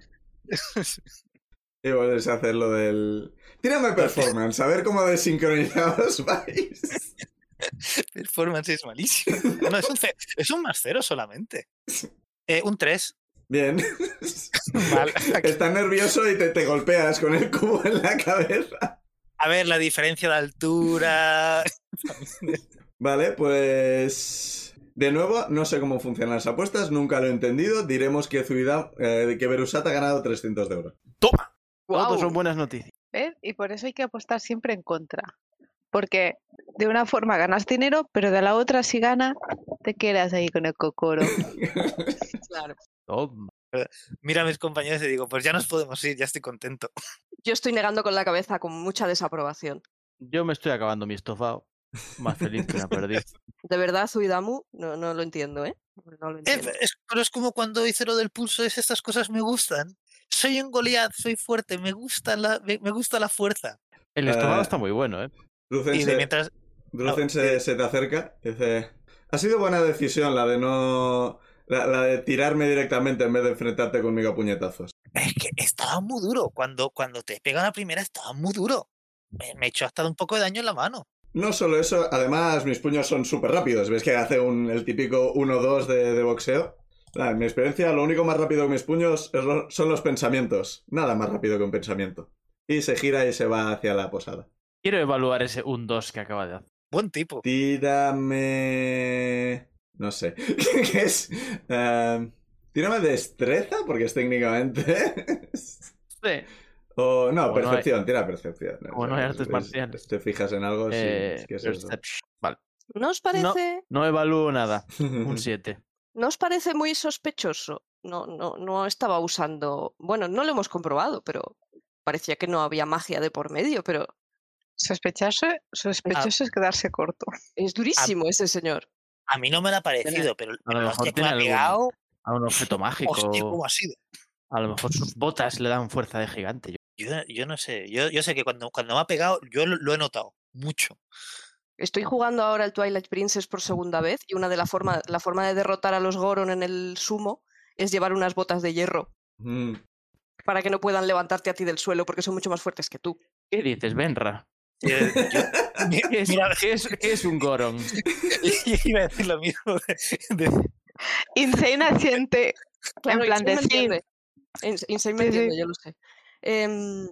Y volvéis a hacer lo del. Tírame performance, a ver cómo desincronizados vais.
Performance es malísimo. No, es un, ce- es un más cero solamente. Eh, un 3.
Bien.
Vale.
Está nervioso y te, te golpeas con el cubo en la cabeza.
A ver, la diferencia de altura.
Vale, pues. De nuevo, no sé cómo funcionan las apuestas, nunca lo he entendido. Diremos que, Zuida, eh, que Berusat ha ganado 300 de oro.
Todos son
Guau.
buenas noticias.
¿Ves? Y por eso hay que apostar siempre en contra. Porque de una forma ganas dinero, pero de la otra si gana, te quedas ahí con el cocoro.
Claro.
Toma.
Mira a mis compañeros y digo, pues ya nos podemos ir, ya estoy contento.
Yo estoy negando con la cabeza con mucha desaprobación.
Yo me estoy acabando mi estofado. Más feliz que una perdiz.
De verdad, Zuidamu, no, no lo entiendo, ¿eh? No lo
Es,
entiendo.
es- pero es como cuando hice lo del pulso, es estas cosas me gustan. Soy un Goliat, soy fuerte, me gusta la, me, me gusta la fuerza.
El
Eh,
estofado está muy bueno, ¿eh?
Lucen
Y de
se-
mientras,
Drusen se, se te acerca y dice: Ha sido buena decisión la de no. La, la de tirarme directamente en vez de enfrentarte conmigo a puñetazos.
es que estaba muy duro. Cuando, cuando te pegan la primera, estaba muy duro. Me, me echó hasta un poco de daño en la mano.
No solo eso, además mis puños son súper rápidos. ¿Ves que hace un, el típico 1-2 de, de boxeo? Nada, en mi experiencia, lo único más rápido que mis puños es lo- son los pensamientos. Nada más rápido que un pensamiento. Y se gira y se va hacia la posada.
Quiero evaluar ese 1-2 que acaba de hacer.
Buen tipo.
Tírame. No sé. ¿Qué es? Eh, tírame destreza, porque es técnicamente.
Sí.
O no,
Como no hay-
percepción, tira percepción.
como no hay artes
es-
marciales.
Te fijas en algo, Pues sí.
Eh,
es que es eso.
perception. Vale.
¿No os parece,
No evalúo nada. Un 7.
¿No os parece muy sospechoso? No, no, no estaba usando. Bueno, no lo hemos comprobado, pero parecía que no había magia de por medio, pero
Sospecharse, sospechoso es quedarse corto.
Es durísimo ese señor.
A mí no me lo ha parecido, pero
A lo
la
mejor
hostia que me
tiene
ha
algún
pegado,
A un objeto
hostia,
mágico.
¿cómo ha sido?
A lo mejor sus botas le dan fuerza de gigante. yo-
Yo, yo no sé, yo, yo sé que cuando, cuando me ha pegado, yo lo, lo he notado mucho.
Estoy jugando ahora al Twilight Princess por segunda vez y una de la forma, la forma de derrotar a los Goron en el sumo es llevar unas botas de hierro
Mm,
para que no puedan levantarte a ti del suelo porque son mucho más fuertes que tú.
¿Qué dices, Benra?
Yo- Eh, yo- mi-
¿Qué es,
mira,
qué es- qué es un Goron?
iba a decir lo mismo. de- de-
Insane asiente. en plan de
Insane me
sí.
entiende. Ins- Insane me
Sí, sí.
entiende, yo lo sé. Em,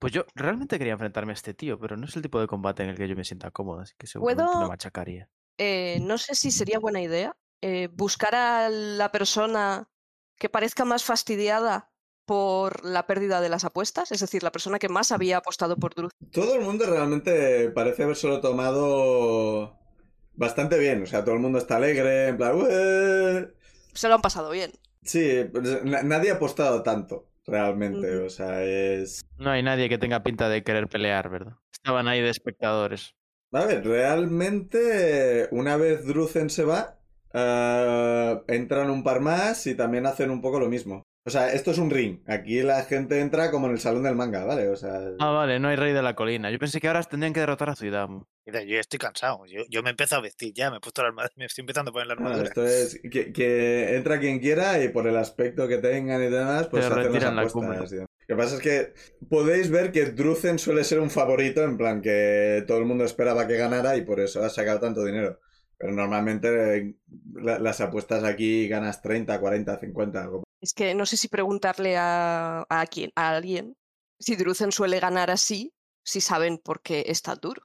Pues yo realmente quería enfrentarme a este tío, pero no es el tipo de combate en el que yo me sienta cómodo, así que seguramente
¿Puedo-
lo machacaría.
eh, no sé si sería buena idea eh, buscar a la persona que parezca más fastidiada por la pérdida de las apuestas, es decir, la persona que más había apostado por Druz.
Todo el mundo realmente parece habérselo tomado bastante bien. O sea, todo el mundo está alegre, en plan... "Ué".
Se lo han pasado bien.
Sí, pues, na- nadie ha apostado tanto, realmente.
Ujú.
O sea, es...
No hay nadie que tenga pinta de querer pelear, ¿verdad? Estaban ahí de espectadores.
A ver, realmente una vez Druzen se va, eh, entran un par más y también hacen un poco lo mismo. O sea, esto es un ring. Aquí la gente entra como en el salón del manga, ¿vale? O sea,
Ah, vale, no hay rey de la colina. Yo pensé que ahora tendrían que derrotar a Zuidamu.
Mira, yo estoy cansado. Yo, yo me empiezo a vestir ya, me he puesto la armadura, me estoy empezando a poner la
bueno,
armadura.
esto es que, que entra quien quiera y por el aspecto que tengan y demás, pues
Te
hacen las
retiran la
apuestas.
cumbre.
y demás. Lo que pasa es que podéis ver que Druzen suele ser un favorito, en plan que todo el mundo esperaba que ganara y por eso ha sacado tanto dinero. Pero normalmente eh, la- las apuestas aquí ganas 30, 40, 50, algo
Es que no sé si preguntarle a, a quién, a alguien si Druzen suele ganar así, si saben por qué es tan duro.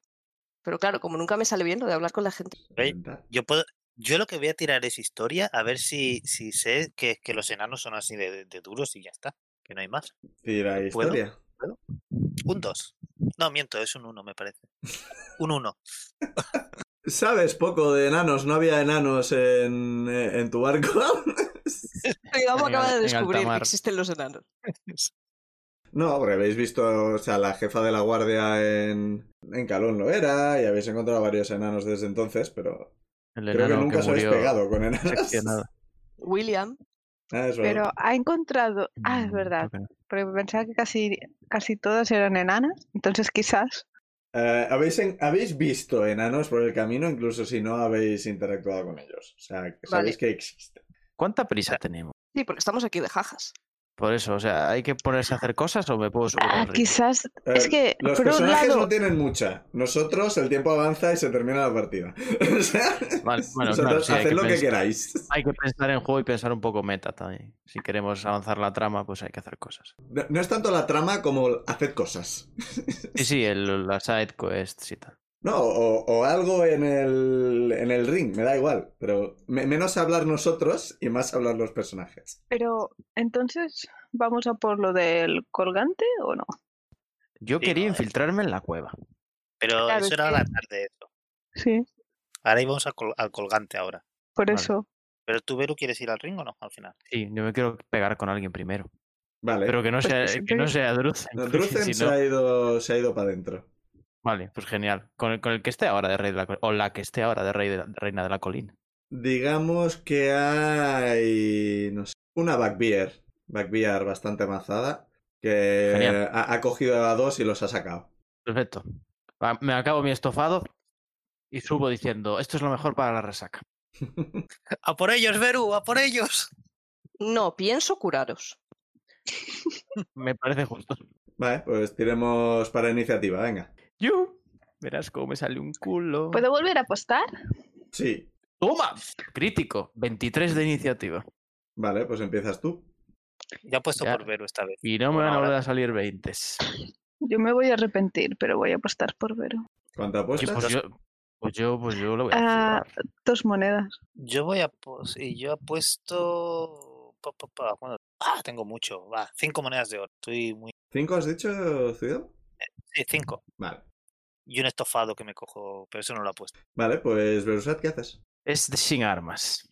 Pero claro, como nunca me sale bien lo de hablar con la gente.
Ey.
Intentar.
Yo puedo, yo lo que voy a tirar es historia, a ver si, si sé que, que los enanos son así de, de- de duros y ya está, que no hay más.
Tira
¿Puedo?
historia.
Un 2. No, miento, es un 1, me parece. Un 1.
Sabes poco de enanos, no había enanos en, eh, en tu barco.
En
Digamos, acaba
al-
de
en alta
descubrir que
mar.
existen los enanos.
no, porque habéis visto, o sea, la jefa de la guardia en, en Calón lo era, y habéis encontrado varios enanos desde entonces, pero
El
creo que
enano
nunca os habéis
murió
pegado con enanos.
seccionado.
William,
Ah, eso.
Pero ha encontrado. Ah, es
Mm,
verdad.
creo que no.
Porque pensaba que casi, casi todas eran enanas. Entonces quizás.
Eh, ¿habéis, en- habéis visto enanos por el camino, incluso si no habéis interactuado con ellos. O sea, que sabéis que existen.
¿Cuánta prisa tenemos?
sí, porque estamos aquí de jajas.
Por eso, o sea, ¿hay que ponerse a hacer cosas o me puedo subir
Ah,
al ring?
quizás.
Eh,
Es que,
Los
por un
personajes
lado.
no tienen mucha. Nosotros el tiempo avanza y se termina la partida. O sea,
Vale, bueno,
vosotros
claro, sí, hay
haced
que
lo que
pensar.
queráis.
Hay que pensar en juego y pensar un poco meta también. Si queremos avanzar la trama, pues hay que hacer cosas.
No, no es tanto la trama como el hacer cosas.
Sí, sí, el, la side quest y tal.
No, o, o algo en el, en el ring, me da igual. Pero me- menos hablar nosotros y más hablar los personajes.
Pero entonces, ¿vamos a por lo del colgante o no?
Yo
Sí,
quería
no, es-
infiltrarme en la cueva.
Pero
Claro,
eso
es
era
que-
la tarde. Eso.
Sí,
Ahora íbamos al col- al colgante ahora.
por
Vale.
eso.
Pero tú, Vero, ¿quieres ir al ring o no? Al final.
Sí, yo me quiero pegar con alguien primero.
Vale.
Pero que no
Pues
sea, eh,
que
que
siempre
no
que-
sea Druzen.
No,
porque
Druzen
si
se,
no-
ha ido, se ha ido para adentro.
Vale, pues genial. Con el, con el que esté ahora de rey de la colina. O la que esté ahora de rey de la- reina de la colina.
Digamos que hay. No sé, una backbeer. Backbeer bastante mazada. Que
Genial.
ha, ha cogido a dos y los ha sacado.
Perfecto. Va, Me acabo mi estofado y subo diciendo, esto es lo mejor para la resaca.
¡A por ellos, Vero! ¡A por ellos!
No, pienso curaros.
Me parece justo.
Vale, pues tiremos para iniciativa, venga.
¡Yu! Verás cómo me sale un culo.
¿Puedo volver a apostar?
Sí,
¡Toma! Crítico. 23 de iniciativa.
vale, pues empiezas tú.
Ya he puesto
Ya.
por Vero esta vez.
Y no me
Por
van a
ahora.
volver a salir 20.
Yo me voy a arrepentir, pero voy a apostar por Vero.
¿Cuánto
Oye,
apuestas?
pues yo, pues yo, pues yo lo voy a
Ah,
hacer.
Dos monedas.
Yo voy a. Pues, y yo apuesto. Pa, pa, pa, bueno, ah, tengo mucho. Va, cinco monedas de oro. Estoy muy.
¿Cinco has dicho, Ciudad?
Sí, cinco.
Vale.
Y un estofado que me cojo, pero eso no lo he puesto.
Vale, pues Verusat, ¿qué haces?
Es de sin armas.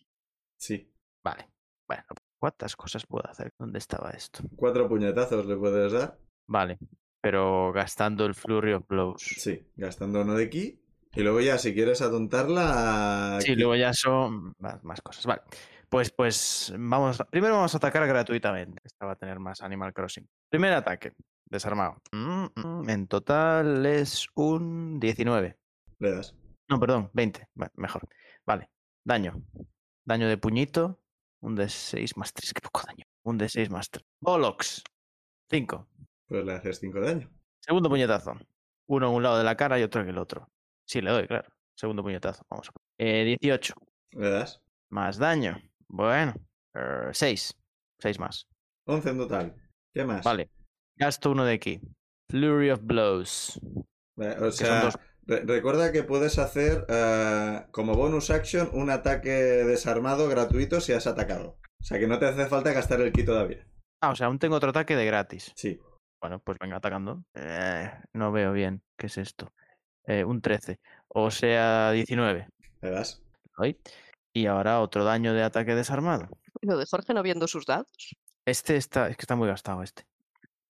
Sí.
Vale. Bueno, ¿cuántas cosas puedo hacer? ¿Dónde estaba esto?
Cuatro puñetazos le puedes dar.
Vale. pero gastando el Flurry of Blows.
Sí, gastando uno de ki. Y luego ya, si quieres atontarla... ki.
Sí, luego ya son más, más cosas. Vale. Pues, pues vamos. Primero vamos a atacar gratuitamente. Esta va a tener más Animal Crossing. Primer ataque. Desarmado. Mm, mm, En total es un 19.
Le das.
No, perdón, 20. Va- mejor. Vale. Daño. Daño de puñito. Un de 6 más 3. Qué poco daño. Un de 6 más 3. Bolox. 5.
Pues le haces 5 de daño.
Segundo puñetazo. Uno en un lado de la cara y otro en el otro. Sí, le doy, claro. Segundo puñetazo. Vamos. a- Eh, 18.
Le das.
Más daño. Bueno. 6. 6 más.
11 en total. ¿Qué más?
Vale. Gasto uno de aquí. Flurry of Blows.
Vale, Eh, O
son
sea,
dos.
re- recuerda que puedes hacer eh, como bonus action un ataque desarmado gratuito si has atacado. O sea que no te hace falta gastar el ki todavía.
Ah, o sea, aún tengo otro ataque de gratis.
Sí.
Bueno, pues venga, atacando. Eh, no veo bien. ¿Qué es esto? Eh, un 13. O sea, 19.
Le das.
Ahí. Y ahora otro daño de ataque desarmado.
Lo de Jorge no viendo sus dados.
Este está. Es que está muy gastado este.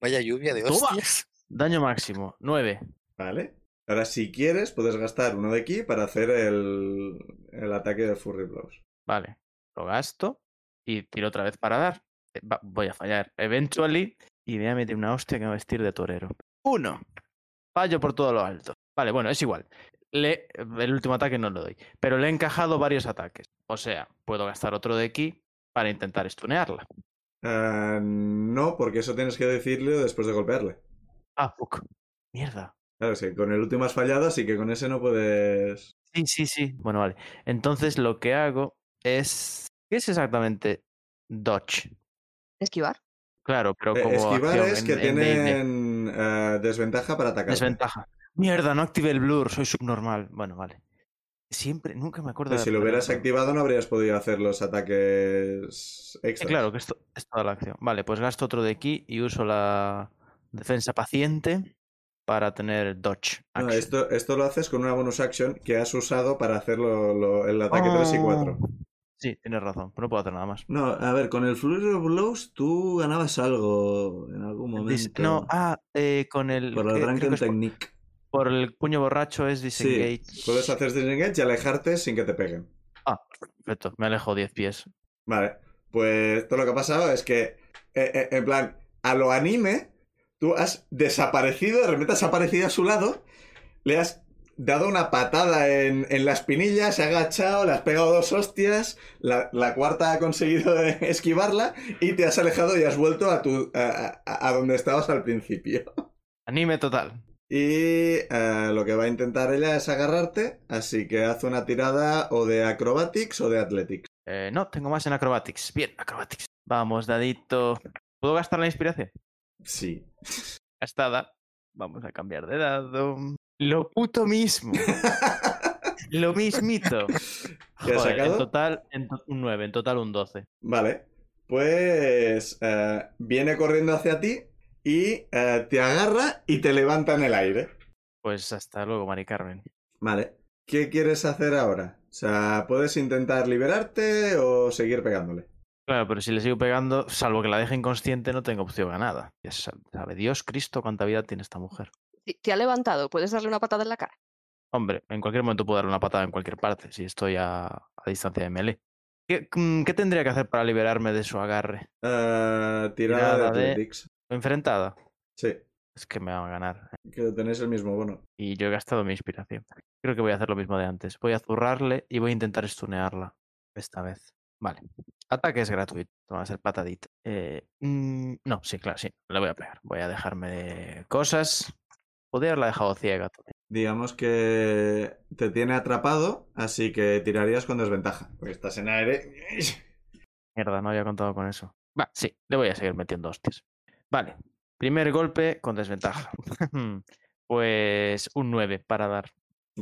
Vaya lluvia de
Toma.
hostias.
Daño máximo, 9.
Vale. Ahora, si quieres, puedes gastar uno de ki para hacer el, el ataque de Furry Blows.
Vale, lo gasto y tiro otra vez para dar. Eh, va- Voy a fallar eventually y voy a meter una hostia que me va a vestir de torero. Uno. Fallo por todo lo alto. Vale, bueno, es igual. Le, el último ataque no lo doy, pero le he encajado varios ataques. O sea, puedo gastar otro de ki para intentar stunearla.
Ah, no, porque eso tienes que decirle después de golpearle.
Ah, fuck. Mierda.
Claro, sí, con el último has fallado, así que con ese no puedes.
Sí, sí, sí. Bueno, vale. Entonces lo que hago es... ¿Qué es exactamente dodge?
Esquivar.
Claro, pero
Eh,
como
esquivar
acción
es
en-
que
en D&D.
tienen ah, desventaja para atacar.
Desventaja. Mierda, no active el blur, soy subnormal. Bueno, vale. Siempre, nunca me acuerdo.
Pero
de
si lo hubieras
activar el blur.
activado no habrías podido hacer los ataques
Sí,
extra.
Eh, claro, que esto es toda la acción. Vale, pues gasto otro de ki y uso la defensa paciente para tener dodge.
No,
action.
Ah, esto, esto lo haces con una bonus action que has usado para hacer lo- lo- el ataque 3 y 4.
Oh. Sí, tienes razón, no puedo hacer nada más.
No, a ver, con el Flurry of Blows tú ganabas algo en algún
Dis-
momento.
No, ah, eh, con el.
por
que-
la
creo que
Drunken
es por-
Technique.
por el puño borracho es disengage.
Sí, puedes hacer disengage y alejarte sin que te peguen.
Perfecto, me alejo 10 pies.
Vale, pues todo lo que ha pasado es que, eh, eh, en plan, a lo anime, tú has desaparecido, de repente has aparecido a su lado, le has dado una patada en, en la espinilla, se ha agachado, le has pegado dos hostias, la, la cuarta ha conseguido eh, esquivarla y te has alejado y has vuelto a, tu, a, a- a donde estabas al principio.
Anime total.
Y eh, lo que va a intentar ella es agarrarte, así que haz una tirada o de acrobatics o de athletics.
Eh, no, tengo más en acrobatics. Bien, acrobatics. Vamos, dadito. ¿Puedo gastar la inspiración?
Sí.
Gastada. Vamos a cambiar de dado. Lo puto mismo. Lo mismito.
¿Qué has
Joder,
sacado?
En total, en to- un 9, en total un 12.
Vale. Pues eh, viene corriendo hacia ti y eh, te agarra y te levanta en el aire.
Pues hasta luego, Mari Carmen.
Vale. ¿Qué quieres hacer ahora? O sea, puedes intentar liberarte o seguir pegándole.
Claro, pero si le sigo pegando, salvo que la deje inconsciente, no tengo opción a nada. Ya sa- sabe Dios, Cristo, cuánta vida tiene esta mujer.
Te- Te ha levantado, puedes darle una patada en la cara.
Hombre, en cualquier momento puedo darle una patada en cualquier parte, si estoy a, a distancia de melee. ¿Qué- mm, ¿Qué tendría que hacer para liberarme de su agarre?
Eh, tirada,
Tirada
de
de-
Athletics.
¿Enfrentada?
Sí,
Es que me va a ganar.
que tenéis el mismo bono.
Y yo he gastado mi inspiración. Creo que voy a hacer lo mismo de antes. Voy a zurrarle y voy a intentar stunearla. Esta vez. Vale. Ataque es gratuito. Van a ser patadita. Eh, mm, no, sí, claro, sí. Le voy a pegar. Voy a dejarme de cosas. Podría haberla dejado ciega. también.
Digamos que te tiene atrapado, así que tirarías con desventaja. Porque estás en aire.
Mierda, no había contado con eso. Va, sí. Le voy a seguir metiendo hostias. Vale. Primer golpe con desventaja. pues un 9 para dar.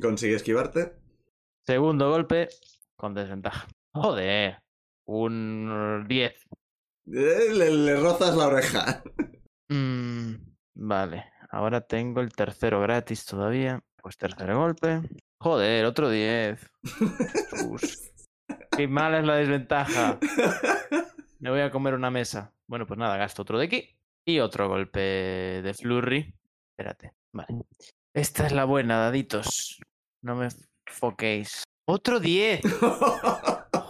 Consigue esquivarte.
Segundo golpe con desventaja. Joder. Un 10.
Eh, le- le rozas la oreja.
Mm, vale, ahora tengo el tercero gratis todavía. Pues tercer golpe. Joder, otro 10. Jesús. Qué mala es la desventaja. Me voy a comer una mesa. Bueno, pues nada, gasto otro de aquí. Y otro golpe de flurry. Espérate. Vale. Esta es la buena, daditos. No me foquéis. ¡Otro 10!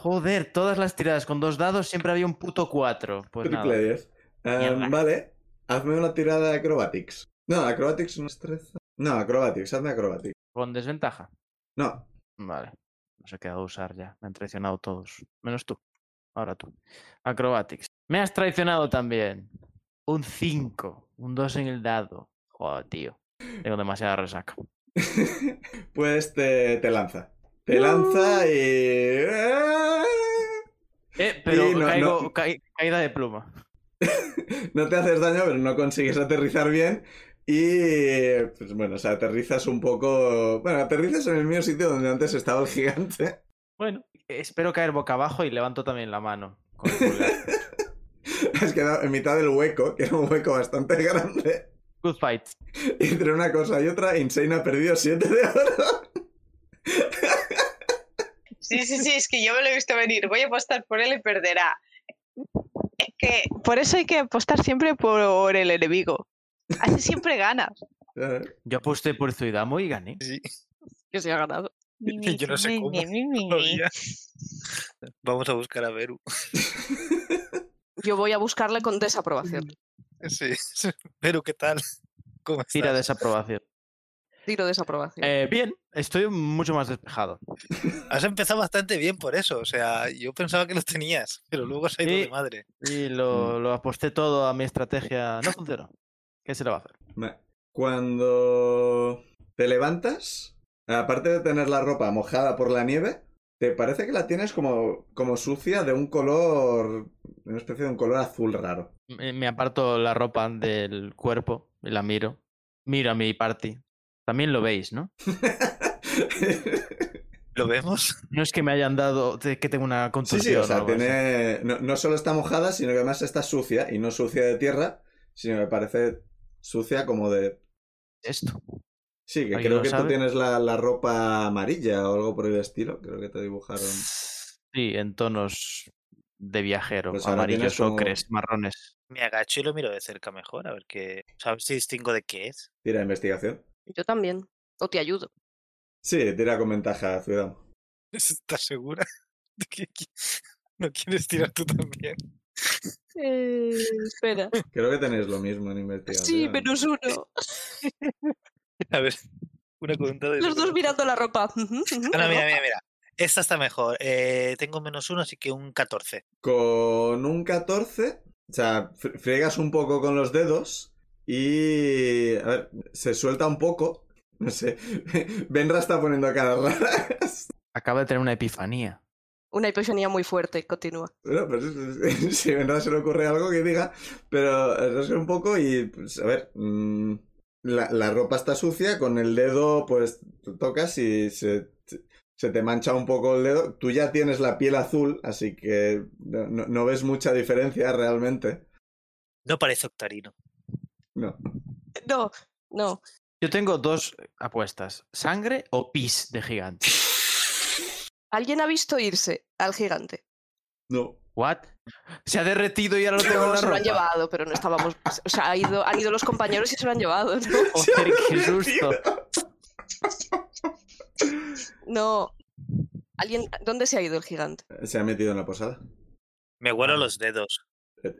Joder, todas las tiradas con dos dados siempre había un puto 4. Pues nada.
Triple 10. Eh,
Mierda.
vale, hazme una tirada de acrobatics. No, acrobatics no es 13. No, acrobatics, hazme acrobatics.
Con desventaja.
No,
Vale. Nos he quedado a usar ya. Me han traicionado todos. Menos tú. Ahora tú. Acrobatics. Me has traicionado también. Un 5. Un 2 en el dado. Joder, tío. Tengo demasiada resaca.
pues te, te lanza. Te lanza y...
Eh, pero
Sí, no,
caigo,
no.
cai- caída de pluma.
No te haces daño, pero no consigues aterrizar bien. Y pues bueno, o sea, aterrizas un poco. Bueno, aterrizas en el mismo sitio donde antes estaba el gigante.
Bueno, espero caer boca abajo y levanto también la mano. con el pulgar.
Has quedado en mitad del hueco, que era un hueco bastante grande.
Good fight.
Y entre una cosa y otra, Insane ha perdido 7 de oro.
Sí, sí, sí, es que yo me lo he visto venir. Voy a apostar por él y perderá.
Es que por eso hay que apostar siempre por el enemigo. Así siempre gana.
Yo aposté por Zuidamo y gané.
que se ha ganado.
Mi, mi,
Yo no sé
mi, mi,
cómo,
mi, mi, mi.
todavía. Vamos a buscar a Beru.
Yo voy a buscarle con desaprobación.
Sí. Beru, ¿qué tal? ¿Cómo estás?
Tira desaprobación.
Tiro desaprobación.
Eh, bien, estoy mucho más despejado.
Has empezado bastante bien por eso. O sea, yo pensaba que los tenías, pero luego se ha ido
Sí.
de madre.
Y lo,
Mm.
lo aposté todo a mi estrategia. No funcionó. ¿Qué se le va a hacer?
Ma- Cuando te levantas, aparte de tener la ropa mojada por la nieve, te parece que la tienes como, como sucia de un color. Una especie de un color azul raro.
Me me aparto la ropa del cuerpo y la miro. Miro a mi party. También lo veis, ¿no?
¿Lo vemos?
No es que me hayan dado te- que tengo una
Sí,
contusión.
sí, o sea,
algo así.
tiene... no, no solo está mojada, sino que además está sucia, y no sucia de tierra, sino que parece sucia como de...
Esto.
Sí, que
¿Alguien
creo
lo
que tú
sabe?
tienes la, la ropa amarilla o algo por el estilo, creo que te dibujaron.
Sí, en tonos de viajero,
Pues ahora tienes
amarillos,
como-
ocres, marrones.
Me agacho y lo miro de cerca mejor, a ver qué. ¿Sabes si distingo de qué es?
Tira investigación.
Yo también. O te ayudo.
Sí, tira con ventaja, ciudad.
¿Estás segura? de que qui- ¿No quieres tirar tú también?
Eh, espera.
Creo que tenéis lo mismo en investigación.
Sí, menos uno.
A ver, una cuenta de.
Los dos mirando la ropa. Ujú, ujú,
Ah,
la
no, mira,
ropa.
mira, mira. Esta está mejor. Eh, tengo menos uno, así que un 14.
Con un 14, o sea, fr- friegas un poco con los dedos y... A ver, se suelta un poco. No sé, Benra está poniendo caras raras.
Acaba de tener una epifanía.
Una hipofonía muy fuerte. Continúa.
Bueno, pues si vendrá se le ocurre algo que diga, pero rasca un poco y, pues, a ver, mm, la, la ropa está sucia, con el dedo, pues, tú tocas y se, se te mancha un poco el dedo. Tú ya tienes la piel azul, así que no, no- no ves mucha diferencia realmente.
No parece octarino.
No.
No, no.
Yo tengo dos apuestas: sangre o pis de gigante.
¿Alguien ha visto irse al gigante?
No.
¿What? Se ha derretido y ahora lo tengo en
No,
la
se lo han
ropa.
llevado, pero no estábamos. pues, O sea, ha ido, han ido los compañeros y se lo han llevado. ¿no?
Joder, qué
derretido.
susto.
No. ¿Alguien, ¿Dónde se ha ido el gigante?
Se ha metido en la posada.
Me huelo los dedos.
Eh,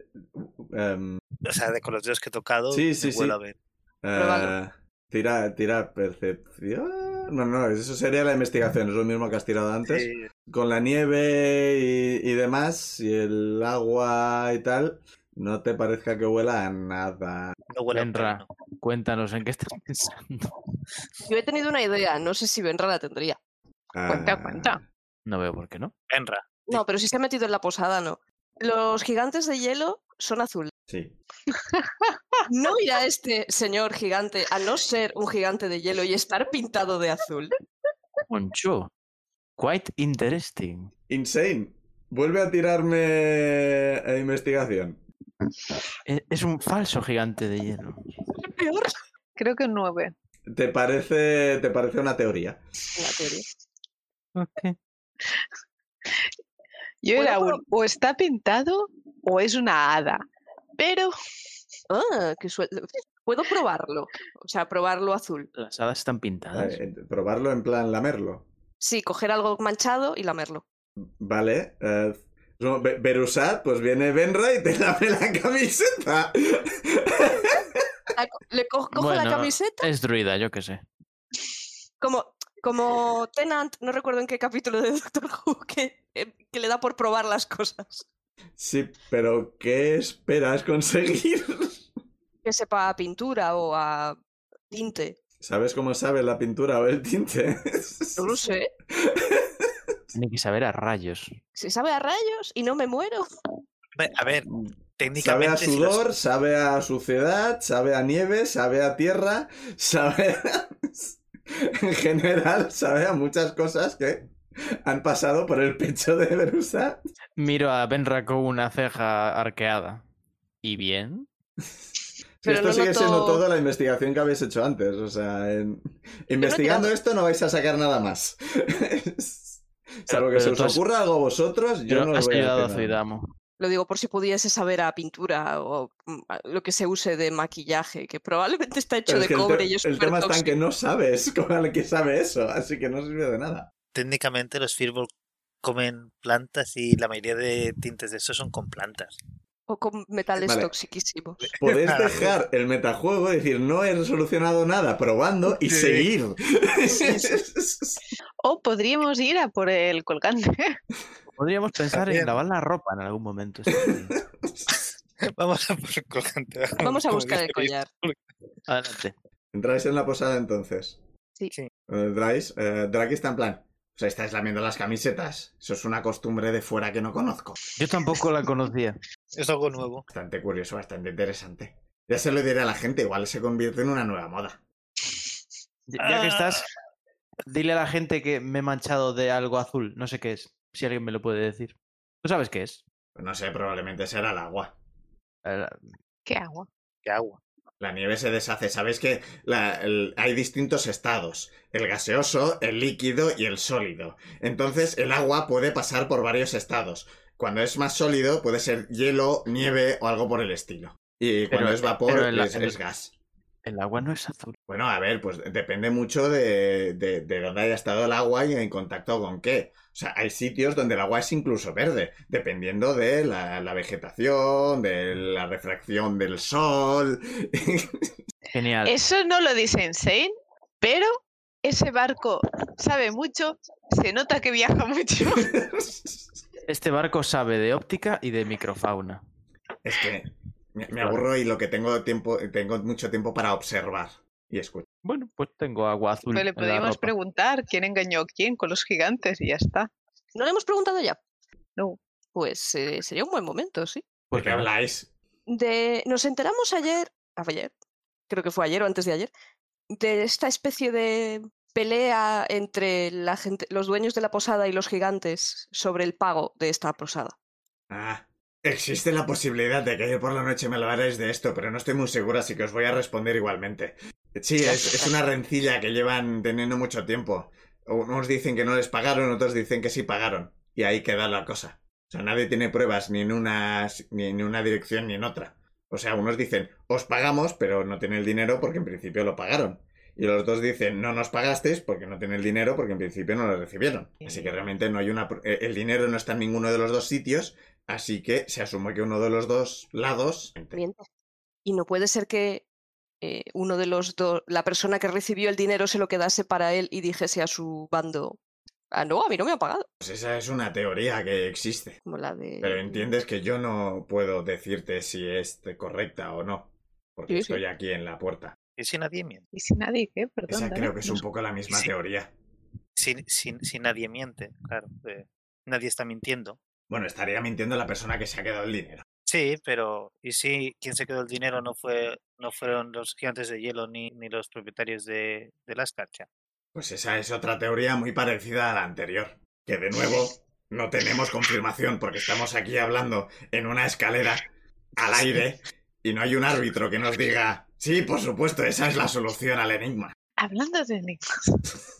Em,
O sea, de- con los dedos que he tocado,
Sí,
me
sí, sí.
huelo a ver.
eh, tira, tira percepción. No, no, eso sería la investigación, es lo mismo que has tirado antes.
Eh,
con la nieve y, y demás, y el agua y tal, no te parezca que huela a nada.
no huele a
Benra.
octarino.
Cuéntanos en qué estás pensando.
Yo he tenido una idea, no sé si Benra la tendría.
Cuenta,
Ah,
cuenta.
No veo por qué no.
Benra.
No, pero si se ha metido en la posada, no. Los gigantes de hielo son azules.
Sí.
No irá este señor gigante a no ser un gigante de hielo y estar pintado de azul.
Moncho. Quite interesting.
Insane. Vuelve a tirarme eh, investigación.
E- Es un falso gigante de hielo.
Peor.
Creo que un 9.
¿Te parece, te parece una teoría?
Una teoría.
Yo
Bueno,
era
pero-
un, o está pintado o es una hada. Pero
Ah, qué suel- Puedo probarlo. O sea, probarlo azul.
Las hadas están pintadas.
Eh, probarlo en plan lamerlo.
Sí, coger algo manchado y lamerlo.
Vale. eh, no, Be- Berusat, pues viene Benra y te lame la camiseta.
La co- Le co- cojo la
Bueno,
camiseta
Es druida, yo qué sé.
como, como Tenant, no recuerdo en qué capítulo de Doctor Who, que, eh, que le da por probar las cosas.
Sí, pero ¿qué esperas conseguir?
Que sepa a pintura o a tinte.
¿Sabes cómo sabe la pintura o el tinte?
No lo sé.
Tiene que saber a rayos.
Si sabe a rayos y no me muero.
Hombre, A ver,
Sabe
técnicamente.
a
si los-
sudor, sabe a suciedad, sabe a nieve, sabe a tierra, sabe a- En general, sabe a muchas cosas que han pasado por el pecho de Berusat.
Miro a Benra con una ceja arqueada. ¿Y bien?
Si
Pero
esto
no
sigue
noto-
siendo toda la investigación que habéis hecho antes. O sea, en- investigando
tirado.
esto no vais a sacar nada más. Salvo que
Eh, pero
se os
tú has-
ocurra algo a vosotros, yo
Pero
no os
has
voy a
ayudado a
hacer nada.
Zuidamo.
Lo digo por si pudiese saber a pintura o mm, a lo que se use de maquillaje, que probablemente está hecho
Pero es que
de
el,
cobre
te-
y es
el tema está en
supertóxico.
que no sabes con el que sabe eso, así que no sirve de nada.
técnicamente los Firbol comen plantas y la mayoría de tintes de esos son con plantas.
O con metales
Vale. Eh,
toxiquísimos.
Podéis
Nada.
dejar el metajuego y decir, no he solucionado nada, probando y
Sí.
seguir.
O podríamos ir a por el colgante.
Podríamos pensar
También.
en lavar la ropa en algún momento. sí.
Vamos a por el colgante.
eh,
Vamos a
como
buscar el
dice Luis.
collar.
Adelante.
Entráis en la posada entonces.
Sí.
Sí.
Entráis, eh, Draki está en plan. O sea, estáis lamiendo las camisetas. Eso es una costumbre de fuera que no conozco.
Yo tampoco la conocía.
Es algo nuevo.
Bastante curioso, bastante interesante. Ya se lo diré a la gente, igual se convierte en una nueva moda.
Ya ya que estás, dile a la gente que me he manchado de algo azul. No sé qué es. Si alguien me lo puede decir. ¿Tú sabes qué es?
Pues no sé, probablemente será el agua.
Eh,
¿Qué agua?
¿Qué agua?
La nieve se deshace. Sabéis que la- el- hay distintos estados: el gaseoso, el líquido y el sólido. Entonces, el agua puede pasar por varios estados. Cuando es más sólido, puede ser hielo, nieve o algo por el estilo. Y cuando
Pero- eh,
es vapor,
pero el-
es,
el-
es gas.
El agua no es azul.
Bueno, a ver, pues depende mucho de, de, de dónde haya estado el agua y en contacto con qué. O sea, hay sitios donde el agua es incluso verde, dependiendo de la, la vegetación, de la refracción del sol.
Genial.
Eso no lo dice Insane, pero ese barco sabe mucho, se nota que viaja mucho.
Este barco sabe de óptica y de microfauna.
Es que me, me aburro y lo que tengo tiempo, tengo mucho tiempo para observar y escuchar.
Bueno, pues tengo agua azul.
Pero le
en la
podríamos
ropa.
preguntar quién engañó a quién con los gigantes y ya está.
¿No le hemos preguntado ya?
No.
Pues eh, sería un buen momento, sí.
¿Por
Pues
qué
nada.
habláis?
de nos enteramos ayer, ah, fue ayer, creo que fue ayer o antes de ayer, de esta especie de pelea entre la gente, los dueños de la posada y los gigantes sobre el pago de esta posada.
Ah, existe la posibilidad de que ayer por la noche me hablaréis de esto, pero no estoy muy segura, así que os voy a responder igualmente. Sí, es, es una rencilla que llevan teniendo mucho tiempo. Unos dicen que no les pagaron, otros dicen que sí pagaron. Y ahí queda la cosa. O sea, nadie tiene pruebas ni en una, ni en una dirección ni en otra. O sea, unos dicen, os pagamos, pero no tiene el dinero porque en principio lo pagaron. Y los otros dicen, no nos pagasteis porque no tiene el dinero porque en principio no lo recibieron. Así que realmente no hay una... pr- eh, El dinero no está en ninguno de los dos sitios, así que se asume que uno de los dos lados...
Miente. Y no puede ser que eh, uno de los dos, la persona que recibió el dinero se lo quedase para él y dijese a su bando, ah, no, a mí no me han pagado,
Pues esa es una teoría que existe.
como la de...
Pero entiendes que yo no puedo decirte si es correcta o no, porque
Sí, sí.
estoy aquí en la puerta.
Y si nadie miente.
Y si nadie, ¿qué? Perdón.
Esa
Dani,
creo que es
no
un
sé.
poco la misma
Sí.
teoría.
Si, si- si nadie miente, claro. eh, nadie está mintiendo.
Bueno, estaría mintiendo la persona que se ha quedado el dinero.
Sí, pero ¿y si quien se quedó el dinero no fue no fueron los gigantes de hielo ni, ni los propietarios de, de la escarcha?
Pues esa es otra teoría muy parecida a la anterior, que de nuevo no tenemos confirmación porque estamos aquí hablando en una escalera al aire y no hay un árbitro que nos diga, sí, por supuesto, esa es la solución al enigma.
Hablando de enigmas.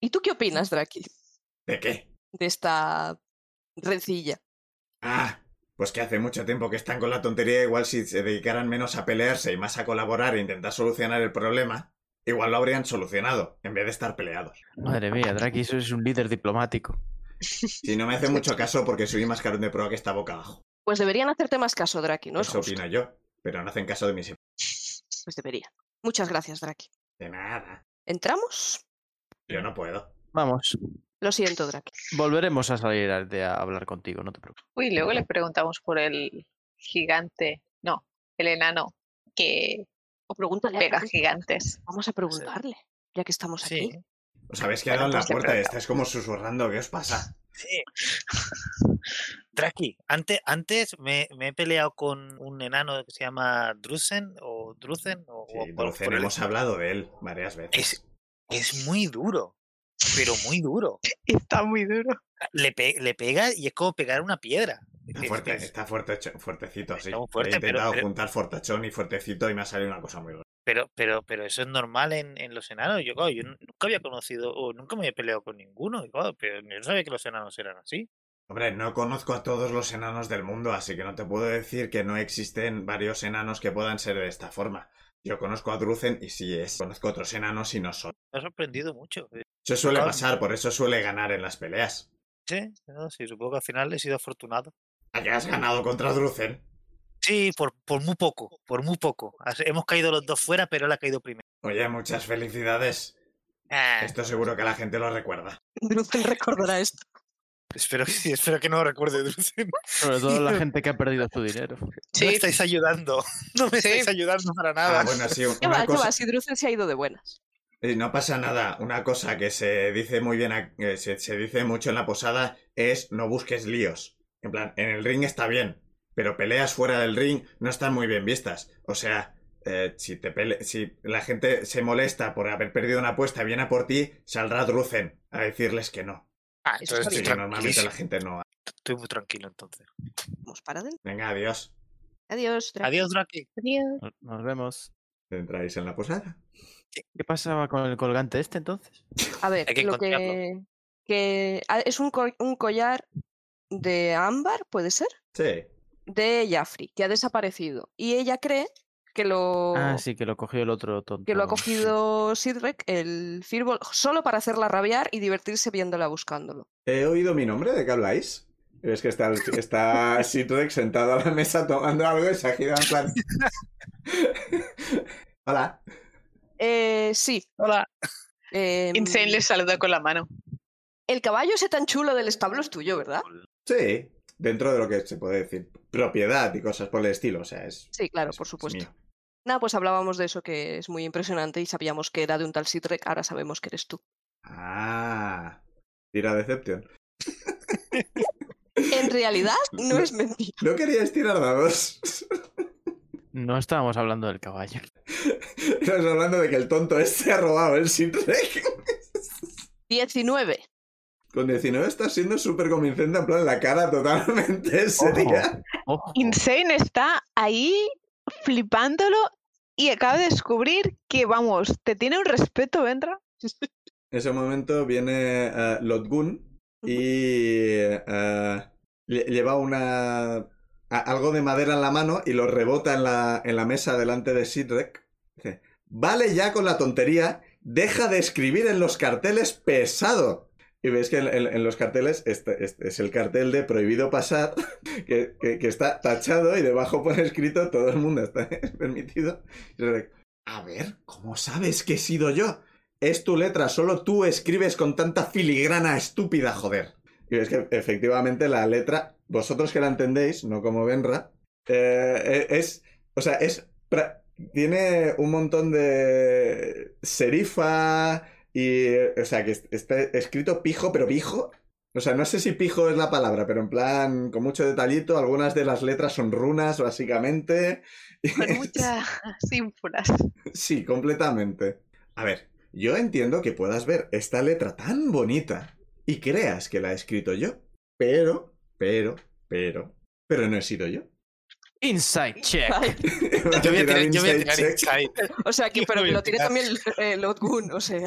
¿Y
Mm.
tú qué opinas, Draki,
¿De qué?
de esta rencilla?
Ah, Pues que hace mucho tiempo que están con la tontería, igual si se dedicaran menos a pelearse y más a colaborar e intentar solucionar el problema, igual lo habrían solucionado, en vez de estar peleados.
Madre mía, Draki, eso es un líder diplomático.
Si no me hace mucho caso porque soy más carón de proa que está boca abajo.
Pues deberían hacerte más caso, Draki, ¿no? Es
Eso
justo.
opino yo, pero no hacen caso de mis...
Pues deberían. Muchas gracias, Draki.
De nada.
¿Entramos?
Yo no puedo.
Vamos,
Lo siento, Draki.
volveremos a salir a, de a hablar contigo, no te preocupes.
Uy, luego le preguntamos por el gigante. No, el enano que
O pregúntale a
pega
Draki.
gigantes.
Vamos a preguntarle, ya que estamos aquí.
Sí,
Os habéis quedado
Bueno,
en la
pues le
puerta y
preguntamos.
estáis como susurrando, ¿qué os pasa?
Sí. Draki, ante- antes, me, me he peleado con un enano que se llama Drusen o Drusen o,
Sí,
o por-
Dulce,
por el-
hemos hablado de él varias veces.
Es, es muy duro, pero muy duro.
eh.
Está muy duro.
Le, pe- le pega y es como pegar una piedra.
Está,
Es-
fuerte, eh.
es-
está fuertecho- fuertecito, sí.
Está muy fuerte,
He intentado
pero- eh, pero-
juntar fortachón y fuertecito y me ha salido una cosa muy buena.
pero, pero, pero eso es normal en, en los enanos. Yo, claro, yo nu- nunca había conocido o nunca me había peleado con ninguno. y, claro, pero yo no sabía que los enanos eran así.
Hombre, no conozco a todos los enanos del mundo, así que no te puedo decir que no existen varios enanos que puedan ser de esta forma. Yo conozco a Drucen y sí es. Conozco otros enanos y no son.
Me ha sorprendido mucho. eh,
Eso suele
Claro.
pasar, por eso suele ganar en las peleas.
Sí, no, sí, supongo que al final he sido afortunado.
Hayas ganado contra Drucen.
Sí, por, por muy poco, por muy poco. Has- Hemos caído los dos fuera, pero él ha caído primero.
Oye, muchas felicidades.
Ah,
Esto seguro que la gente lo recuerda.
Drucen recordará esto.
espero que sí, espero que no lo recuerde. Drusen.
Sobre todo la gente que ha perdido su dinero.
No
Sí.
estáis ayudando. No me
Sí.
estáis ayudando para nada.
Ah, bueno, sí,
¿Qué
una
va, qué
cosa,
va? Si Drucen se ha ido de buenas.
Eh, No pasa nada. Una cosa que se dice muy bien, a- eh, se, se dice mucho en la posada es no busques líos. En plan, en el ring está bien, pero peleas fuera del ring no están muy bien vistas. O sea, eh, si te pele- si la gente se molesta por haber perdido una apuesta y viene a por ti, saldrá Drucen a decirles que no.
Ah, entonces
Eso está
Así
estoy
que normalmente la
tranquilísimo.
gente no.
Estoy muy tranquilo entonces.
Vamos para adentro.
Venga, adiós.
Adiós, Draki.
Adiós, Draki.
Nos- Nos vemos.
Entráis en la posada.
¿Qué pasaba con el colgante este entonces?
A ver,
Hay que
lo
encontrarlo.
que, que- ah, es un, co- un collar de ámbar, puede ser,
Sí.
de Jaffrey, que ha desaparecido. Y ella cree que lo,
Ah, sí, que lo cogió el otro tonto.
Oh. que lo ha
sí.
cogido Sidrek, el Firbol, solo para hacerla rabiar y divertirse viéndola buscándolo.
¿He oído mi nombre? ¿De qué habláis? Es que está, está Sidrek sentado a la mesa tomando algo y se ha girado en plan... Hola.
Eh, sí.
Hola.
em,
Insane les saluda con la mano.
El caballo ese tan chulo del establo es tuyo, ¿verdad?
Sí, dentro de lo que se puede decir propiedad y cosas por el estilo, o sea, es...
Sí, claro,
es-
por
es
supuesto.
mío.
Nada, pues hablábamos de eso que es muy impresionante y sabíamos que era de un tal Sidrek, ahora sabemos que eres tú.
Ah, tira Deception.
En realidad, no es mentira.
No querías tirar dados.
No estábamos hablando del caballo.
Estás hablando de que el tonto este ha robado el Sidrek.
19.
Con 19 estás siendo súper convincente, en plan la cara totalmente seria.
Ojo.
Insane está ahí flipándolo y acaba de descubrir que, vamos, te tiene un respeto, Vendra.
En ese momento viene eh, Lotgun y eh, lle- lleva una a- algo de madera en la mano y lo rebota en la, en la mesa delante de Sidrek. Dice, Vale ya con la tontería, deja de escribir en los carteles pesado. Y veis que en, en- en los carteles este, este es el cartel de prohibido pasar, que, que- que está tachado y debajo pone escrito todo el mundo está permitido. Y Sidrek, A ver, ¿cómo sabes que he sido yo? Es tu letra, solo tú escribes con tanta filigrana estúpida, joder. Y es que efectivamente la letra, vosotros que la entendéis, no como Benra, eh, e- es. O sea, es. pra- Tiene un montón de serifa y. eh, O sea, que es- está escrito pijo, pero pijo. O sea, no sé si pijo es la palabra, pero en plan, con mucho detallito, algunas de las letras son runas, básicamente.
Con muchas ínfulas.
Sí, completamente. A ver, yo entiendo que puedas ver esta letra tan bonita y creas que la he escrito yo, pero, pero, pero, pero no he sido yo.
Inside check.
Ay,
Voy a
Yo voy
tirar
a tirar, yo voy a
inside
tirar
check.
insight.
O sea, que,
Yo
pero
voy
que
a
lo tiene
tirar.
también eh, Lord Gun, o sea.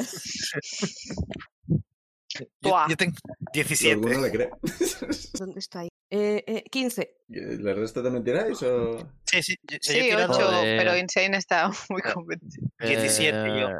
Yo,
Buah.
yo tengo
Si
17.
alguno le cree.
¿Dónde está ahí? Eh, eh, 15.
¿Le resta también tiráis o...?
Sí, sí, yo, yo
Sí,
he tirado-
8,
Joder.
pero Insane está muy convencido.
17 yo.
Eh,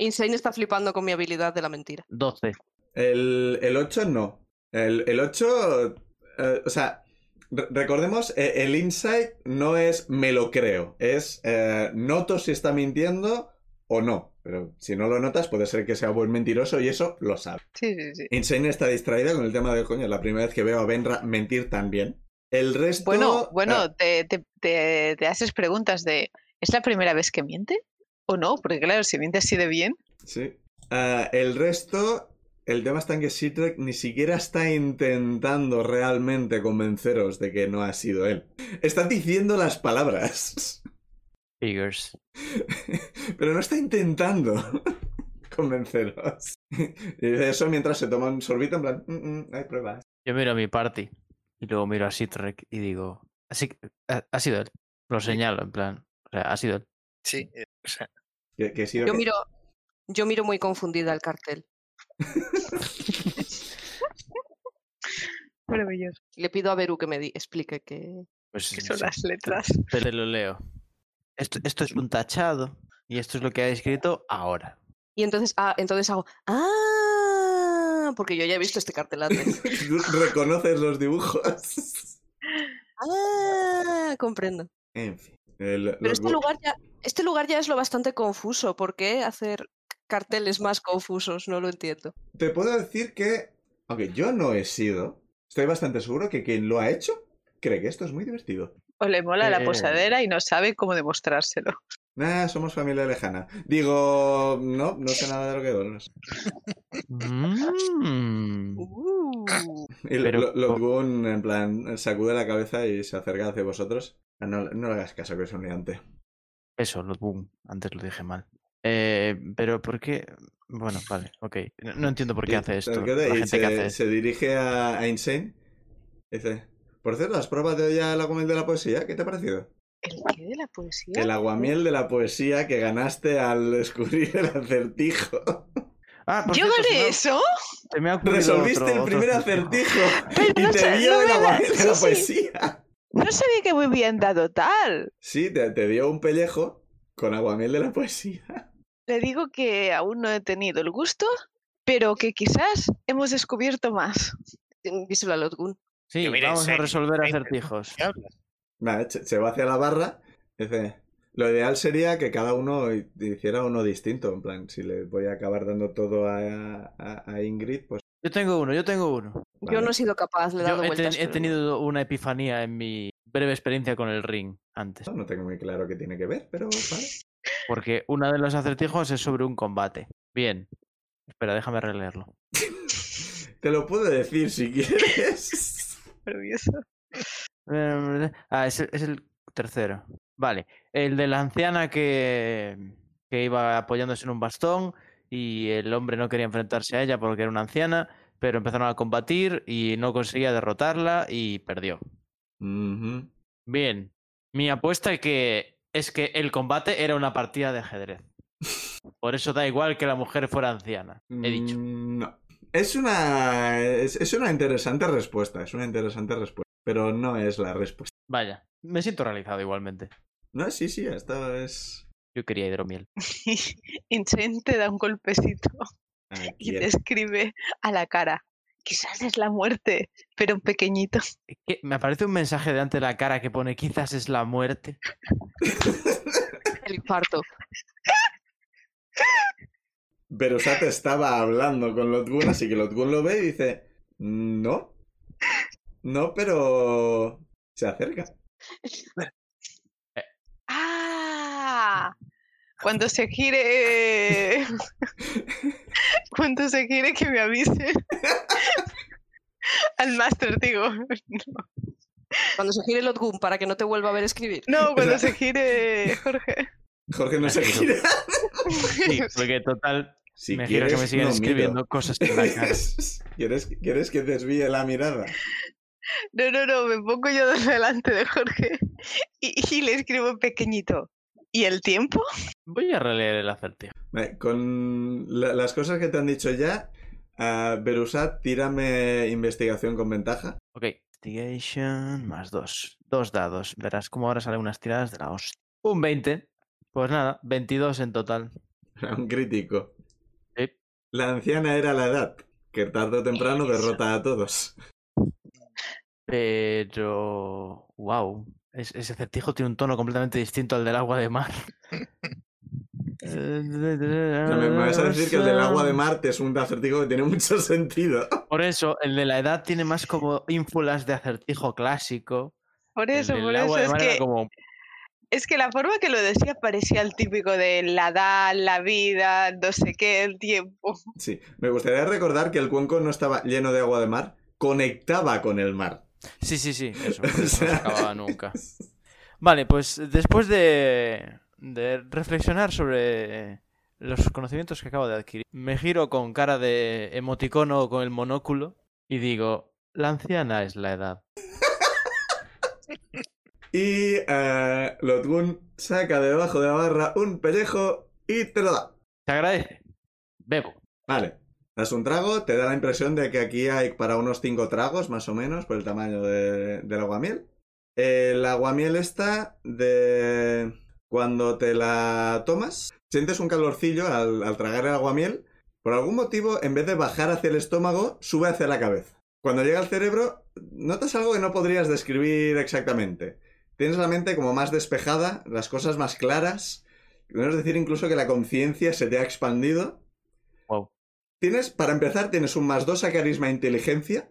Insane está flipando con mi habilidad de la mentira.
12.
El, el 8 no. El, el 8... eh, o sea, re- recordemos, eh, el insight no es me lo creo. Es eh, noto si está mintiendo o no. Pero si no lo notas, puede ser que sea buen mentiroso y eso lo sabe.
Sí, sí, sí.
Insane está distraída con el tema de coño. Es la primera vez que veo a Benra mentir tan bien. El resto...
Bueno,
ah,
bueno, te, te- te- te haces preguntas de, ¿es la primera vez que miente? ¿O no? Porque claro, si miente así de bien,
sí. Ah, el resto... El tema está en que Sitrek ni siquiera está intentando realmente convenceros de que no ha sido él. Está diciendo las palabras,
Figures.
pero no está intentando convenceros. Y dice eso mientras se toma un sorbito en plan, "Mm, mm, hay pruebas.
Yo miro a mi party y luego miro a Sitrek y digo, así que- ha, ha sido él. Lo señalo, en plan, o sea, ha sido él.
Sí, eh, o sea,
Que, que he sido
Yo
que-
miro, yo miro muy confundida el cartel.
maravilloso.
Le pido a Beru que me di- explique que...
Pues
¿Qué son
se-
las letras?
te lo leo. Esto, esto es un tachado y esto es lo que ha escrito ahora.
Y entonces, ah, entonces hago, ¡ah! Porque yo ya he visto este cartel antes.
Tú reconoces los dibujos.
¡Ah! Comprendo.
En fin. el-
Pero
los
este
gu-
lugar, ya, este lugar ya es lo bastante confuso. ¿Por qué hacer c- carteles más confusos? No lo entiendo.
Te puedo decir que, aunque yo no he sido, estoy bastante seguro que quien lo ha hecho cree que esto es muy divertido.
O le mola
Eh,
la posadera y no sabe cómo demostrárselo.
Nah, somos familia lejana. Digo, no, no sé nada de lo que donas.
Mm.
Uh.
Y
Pero-
lo- lo- Lodgun, en plan, sacude la cabeza y se acerca hacia vosotros. Ah, No, no le hagas caso que es un liante.
Eso, los boom. Antes lo dije mal. Eh, pero ¿por qué? Bueno, vale, ok. No, no entiendo por qué
Y-
hace esto.
¿sabes
La
qué? Y
gente
se,
que hace esto.
se dirige a, a Insane. Dice, por cierto, ¿has probado ya el aguamiel de la poesía? ¿Qué te ha parecido?
¿El qué de la poesía?
El aguamiel de la poesía que ganaste al descubrir el acertijo.
Ah, por
¿Yo
cierto, se me
gané
ha-
eso?
se me ha ocurrido
Resolviste
otro-
el
otro
primer acertijo y
Pero no
te
sé,
dio
no
el
era-
aguamiel de
sí,
la
sí.
poesía.
No sabía que me habían dado tal.
Sí, te, te dio un pellejo con aguamiel de la poesía.
Le digo que aún no he tenido el gusto, pero que quizás hemos descubierto más.
Díselo a Lotgun.
Sí,
Yo, mira,
vamos a
ese-
resolver
ese-
acertijos.
¿qué hablas?
Nada, se se va hacia la barra. Dice, lo ideal sería que cada uno hi- hiciera uno distinto. En plan, si le voy a acabar dando todo a, a- a Ingrid, pues...
Yo tengo uno, yo tengo uno.
Yo
vale.
no he sido capaz,
Yo
le he dado
he, ten-
vueltas.
he
pero no.
tenido una epifanía en mi breve experiencia con el ring antes.
No, no tengo muy claro qué tiene que ver, pero vale.
Porque uno de los acertijos es sobre un combate. Bien. Espera, déjame releerlo.
Te lo puedo decir si quieres.
Maravilloso.
Eh, Ah, es, el- es el tercero. Vale. El de la anciana que, que iba apoyándose en un bastón y el hombre no quería enfrentarse a ella porque era una anciana, pero empezaron a combatir y no conseguía derrotarla y perdió.
Ujú.
Bien. Mi apuesta que es que el combate era una partida de ajedrez. Por eso da igual que la mujer fuera anciana. He dicho.
Mm, No. Es una, es, es una interesante respuesta, es una interesante respuesta, pero no es la respuesta.
Vaya. Me siento realizado igualmente.
No, sí, sí, esta es...
Yo quería hidromiel.
Insane te da un golpecito y
Aquí
te
es.
escribe a la cara. Quizás es la muerte, pero un pequeñito.
¿Qué? Me aparece un mensaje delante de la cara que pone quizás es la muerte.
El infarto.
Berusat estaba hablando con Lotgun, así que Lotgun lo ve y dice, no, no, pero se acerca.
¡Ah! Cuando se gire. Cuando se gire, que me avise. Al máster, digo.
Cuando se gire Lotgun para que no te vuelva a ver escribir.
No, cuando se gire, Jorge.
Jorge no se gira.
Sí, porque total,
Si
me gira que me siguen
no miro.
escribiendo cosas en la cara.
¿Quieres, ¿Quieres que desvíe la mirada?
No, no, no, me pongo yo delante de Jorge y, y le escribo en pequeñito. ¿Y el tiempo?
Voy a releer el acertijo.
Vale, Con la- las cosas que te han dicho ya, Ah, Berusat, tírame investigación con ventaja.
Ok. Investigation más dos. Dos dados. Verás cómo ahora salen unas tiradas de la hostia. Un 20. Pues nada, 22 en total.
Era un crítico.
Sí.
La anciana era la edad, que tarde o temprano
Eso.
derrota a todos.
Pero. ¡Wow! Es- ese certijo tiene un tono completamente distinto al del agua de mar. Eh,
No, me, me vas a decir que el del agua de Marte es un acertijo que tiene mucho sentido.
Por eso, el de la edad tiene más como ínfulas de acertijo clásico.
Por
El
eso,
del
por eso.
agua de
Es
mar era
que,
como,
es que la forma que lo decía parecía el típico de la edad, la vida, no sé qué, el tiempo.
Sí, me gustaría recordar que el cuenco no estaba lleno de agua de mar, conectaba con el mar.
Sí, sí, sí, eso, por
O
eso no
sea,
se acababa nunca. Vale, pues después de, de reflexionar sobre los conocimientos que acabo de adquirir, me giro con cara de emoticono o con el monóculo y digo, la anciana es la edad.
Y eh, Lotgun saca de debajo de la barra un pellejo y te lo da.
Te agradece. Bebo.
Vale. Das un trago, te da la impresión de que aquí hay para unos 5 tragos, más o menos, por el tamaño de- del aguamiel. El aguamiel está de... Cuando te la tomas, sientes un calorcillo al, al tragar el aguamiel. Por algún motivo, en vez de bajar hacia el estómago, sube hacia la cabeza. Cuando llega al cerebro, notas algo que no podrías describir exactamente. Tienes la mente como más despejada, las cosas más claras. Podemos decir incluso que la conciencia se te ha expandido.
Wow.
Tienes, para empezar, tienes un más 2 a carisma e inteligencia.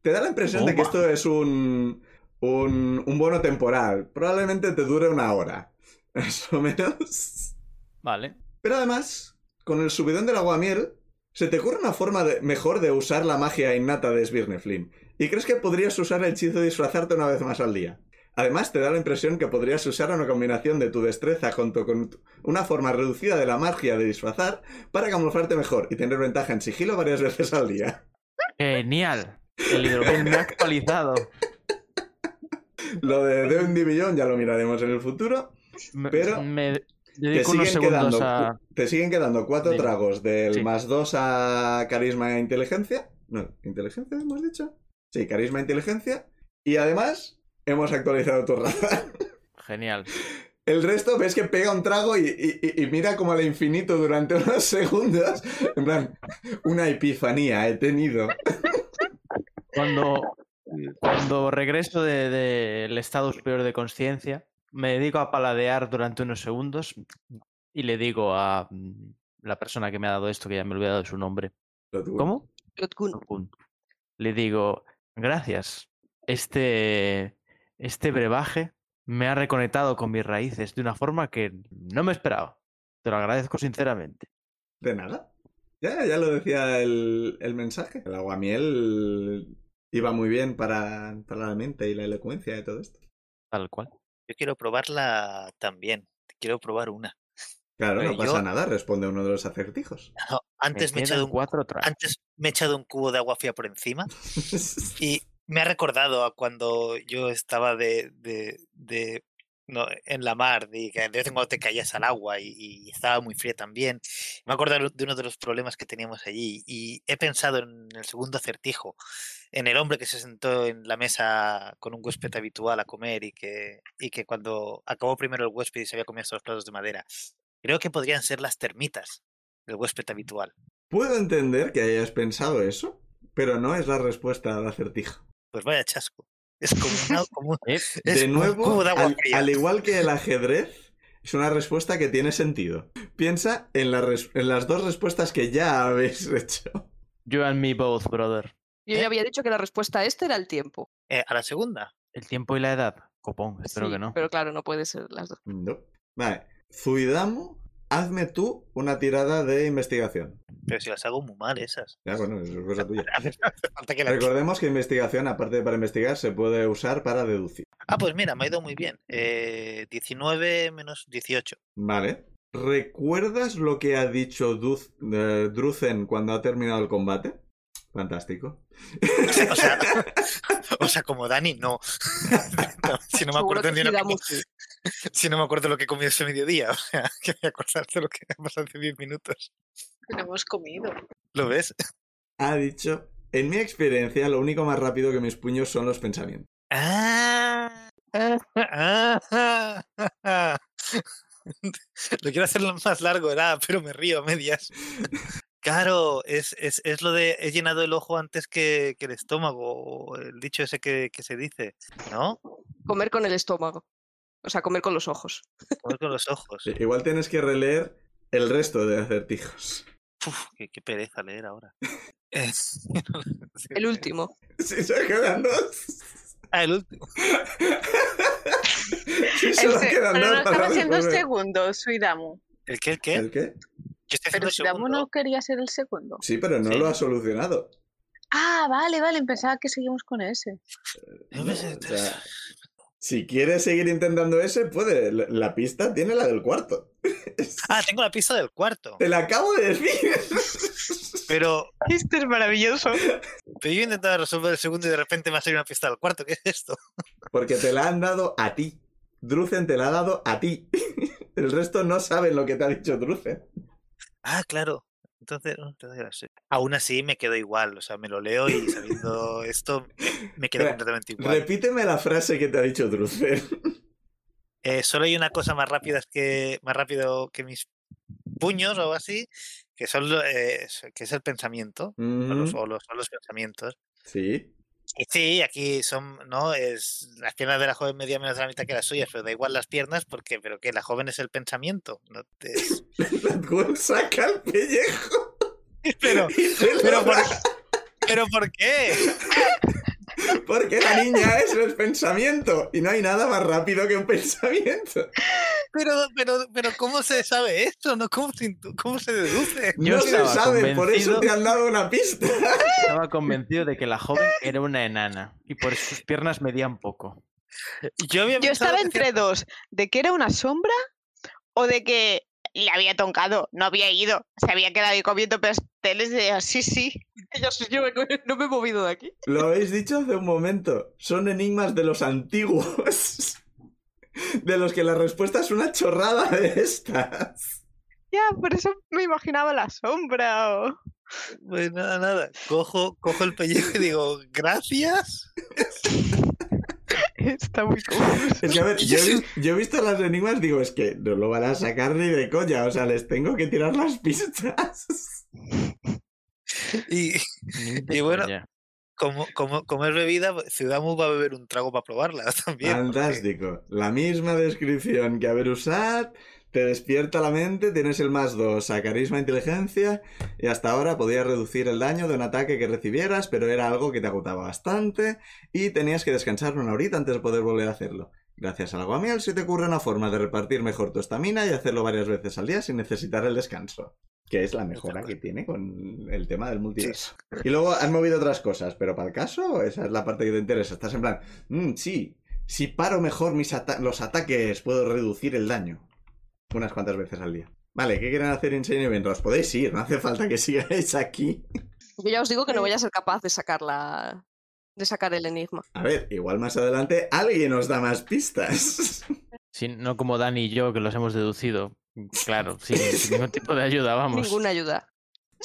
Te da la impresión de que
Toma.
esto es un, un, un bono temporal. Probablemente te dure una hora, más o menos.
Vale.
Pero además, con el subidón del aguamiel, se te ocurre una forma de- mejor de usar la magia innata de Svirneflin. Y crees que podrías usar el hechizo de disfrazarte una vez más al día. Además, te da la impresión que podrías usar una combinación de tu destreza junto con tu- una forma reducida de la magia de disfrazar para camuflarte mejor y tener ventaja en sigilo varias veces al día.
Genial. El hidropel me ha actualizado.
Lo de de un Divillón ya lo miraremos en el futuro.
Me-
Pero
me
Te
dedico unos
siguen, quedando,
segundos a...
cu- te siguen quedando cuatro
Dime.
tragos del
Sí.
más dos a carisma e inteligencia. No, inteligencia hemos dicho. Sí, carisma e inteligencia. Y además, hemos actualizado tu raza.
Genial.
El resto ves que pega un trago y, y- y- y mira como al infinito durante unos segundos. En plan, una epifanía he tenido.
Cuando, cuando regreso del de, del estado superior de conciencia, me dedico a paladear durante unos segundos y le digo a mm, la persona que me ha dado esto, que ya me he olvidado de su nombre.
Lo tuvo.
¿Cómo?
Lotgun,
Orkun. Le digo, gracias. Este, este brebaje me ha reconectado con mis raíces de una forma que no me esperaba. Te lo agradezco sinceramente.
De nada. Ya, ya lo decía el, el mensaje. El aguamiel iba muy bien para, para la mente y la elocuencia de todo esto.
Tal cual.
Yo quiero probarla también. Quiero probar una.
Claro,
Pero
no pasa
yo-
nada, responde uno de los acertijos.
No, antes me,
quedan
he echado un,
cuatro tragos.
antes me he echado un cubo de agua fría por encima y me ha recordado a cuando yo estaba de, de, de- no, en la mar y que de vez en cuando te caías al agua y, y estaba muy fría también. Me he acordado de uno de los problemas que teníamos allí y he pensado en el segundo acertijo, en el hombre que se sentó en la mesa con un huésped habitual a comer y que, y que cuando acabó primero el huésped y se había comido hasta los platos de madera. Creo que podrían ser las termitas del huésped habitual.
Puedo entender que hayas pensado eso, pero no es la respuesta al acertijo.
Pues vaya chasco. Es como, una- como un-
Eh,
es
De
un
nuevo,
cubo de agua
al,
fría.
al igual que el ajedrez, es una respuesta que tiene sentido. Piensa en, la res- en las dos respuestas que ya habéis hecho.
You and me both, brother.
Yo
Eh.
ya había dicho que la respuesta a este era el tiempo.
Eh, a la segunda.
El tiempo y la edad. Copón, espero que
Sí,
no.
Pero claro, no puede ser las dos.
No. Vale. Zuidamo, hazme tú una tirada de investigación.
Pero si las hago muy mal esas.
Ya, bueno, eso es cosa tuya.
Falta que la-
Recordemos que investigación, aparte de para investigar, se puede usar para deducir.
Ah, pues mira, me ha ido muy bien. Eh, 19 menos 18.
Vale. ¿Recuerdas lo que ha dicho Duz- eh, Druzen cuando ha terminado el combate? Fantástico.
O sea, o sea, o sea, como Dani, no. No, si, no me
Seguro
acuerdo
que
ni lo que,
Hidamu sí.
si no me acuerdo lo que he comido ese mediodía. O sea, que voy a acordarte lo que ha pasado hace 10 minutos.
No hemos comido.
¿Lo ves?
ha dicho, en mi experiencia, lo único más rápido que mis puños son los pensamientos.
Ah, ah, ah, ah, ah. Lo quiero hacerlo más largo, era, pero me río a medias. Claro, es, es, es lo de he llenado el ojo antes que, que el estómago, o el dicho ese que, que se dice, ¿no?
Comer con el estómago. O sea, comer con los ojos.
Comer con los ojos.
Igual tienes que releer el resto de acertijos.
Uf, qué, qué pereza leer ahora. Eh, Es-
El último.
Si se quedan dos.
Ah, el último.
Si
El
solo
se-
quedan
pero
dos
no
para
estaba haciendo
resolver.
segundo, Suidamu.
¿El qué? ¿El qué?
¿El qué?
Yo estoy haciendo
Pero
el
Suidamu
segundo.
no quería ser el segundo.
Sí, pero no
Sí.
lo ha solucionado.
Ah, vale, vale, pensaba que seguimos con ese.
Yo
No, pues,
me sé-
o sea, si quiere seguir intentando ese, puede. La- La pista tiene la del cuarto.
Ah, tengo la pista del cuarto.
Te la acabo de decir.
Pero,
Esto es maravilloso.
pero yo he intentado resolver el segundo y de repente me ha salido una pista del cuarto. ¿Qué es esto?
Porque te la han dado a ti. Drucen te la ha dado a ti. El resto no saben lo que te ha dicho Drucen.
Ah, claro. Entonces, no, entonces era así. aún así me quedo igual. O sea, me lo leo y sabiendo esto me- me quedo
Re-
completamente igual.
Repíteme la frase que te ha dicho Drucen.
Eh, solo hay una cosa más rápida que, más rápido que mis puños o algo así, que son lo- eh, es- que es el pensamiento. o los-
Ujú.
o los- son los pensamientos.
Mm, Sí.
Y sí, aquí son, ¿no? Es las piernas de la joven media menos de la mitad que las suyas, pero da igual las piernas porque, pero que la joven es el pensamiento. No te- es-
Latgun saca el pellejo.
pero,
y te lo
pero, ¿por,
da.
pero ¿por qué?
Porque la niña es el pensamiento. Y no hay nada más rápido que un pensamiento.
Pero, pero, pero, ¿cómo se sabe esto? ¿No? ¿Cómo, se intu- ¿Cómo se deduce?
Yo
no se
estaba
sabe, por eso
convencido-
te han dado una pista.
Estaba convencido de que la joven era una enana y por eso sus piernas medían poco.
Yo, había
Yo
pensado
estaba
que
entre dos, de que era una sombra o de que le había toncado, no había ido, se había quedado ahí comiendo pasteles de así, sí.
Ya sé, yo me- no me he movido de aquí.
Lo habéis dicho hace un momento. Son enigmas de los antiguos. De los que la respuesta es una chorrada de estas.
Ya, por eso me imaginaba la sombra o...
decía- Pues nada, nada. Cojo, cojo el pellejo y digo, gracias.
Está muy confuso.
Es que, a ver, yo, he vi- yo he visto las enigmas, digo, es que no lo van a sacar ni de coña. O sea, les tengo que tirar las pistas.
Y
Ni de
Y bueno,
coña.
como, como, como es bebida, Ciudadmu va a beber un trago para probarla también. porque-
Fantástico. La misma descripción que haber usado. Te despierta la mente, tienes el más 2 a carisma e inteligencia, y hasta ahora podías reducir el daño de un ataque que recibieras, pero era algo que te agotaba bastante, y tenías que descansar una horita antes de poder volver a hacerlo. Gracias al agua miel se te ocurre una forma de repartir mejor tu estamina y hacerlo varias veces al día sin necesitar el descanso, que es la mejora que tiene con el tema del multiverso. Y luego han movido otras cosas, pero para el caso, esa es la parte que te interesa. Estás en plan, "Mm, sí, si paro mejor mis ata- los ataques, puedo reducir el daño. Unas cuantas veces al día. Vale, ¿qué quieren hacer en Shiny Os podéis ir, no hace falta que sigáis aquí.
Yo ya os digo que no voy a ser capaz de sacar la... de sacar el enigma.
A ver, igual más adelante alguien os da más pistas.
Sí, no como Dani y yo que los hemos deducido. mm, Claro, sin, sin ningún tipo de ayuda, vamos.
Ninguna ayuda.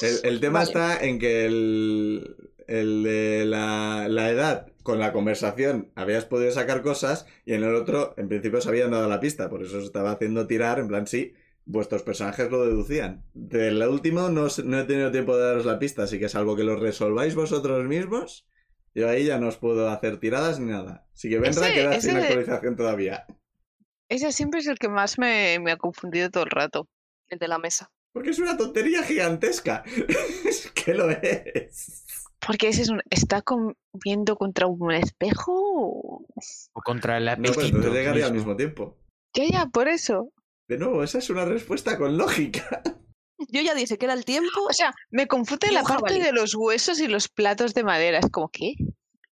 El, el tema
Vale.
está en que el, el de la, la edad, con la conversación, habías podido sacar cosas y en el otro, en principio, se habían dado la pista. Por eso os estaba haciendo tirar, en plan, sí, vuestros personajes lo deducían. Del último no, os- no he tenido tiempo de daros la pista, así que salvo que lo resolváis vosotros mismos, yo ahí ya no os puedo hacer tiradas ni nada. Así que Vendra
Ese-
queda sin
ese-
actualización todavía.
Ese siempre es el que más me, me ha confundido todo el rato.
El de la mesa.
Porque es una tontería gigantesca. ¿Qué lo es?
Porque ese es un... ¿Está comiendo contra un espejo?
O contra el
No,
apetito.
pero entonces llegaría al
mismo.
mismo tiempo.
Ya, ya, por eso.
De nuevo, esa es una respuesta con lógica.
Yo ya dije que era el tiempo.
O sea, me confunde
Y
la
un
parte
jabalí.
de los huesos y los platos de madera. Es como, ¿qué?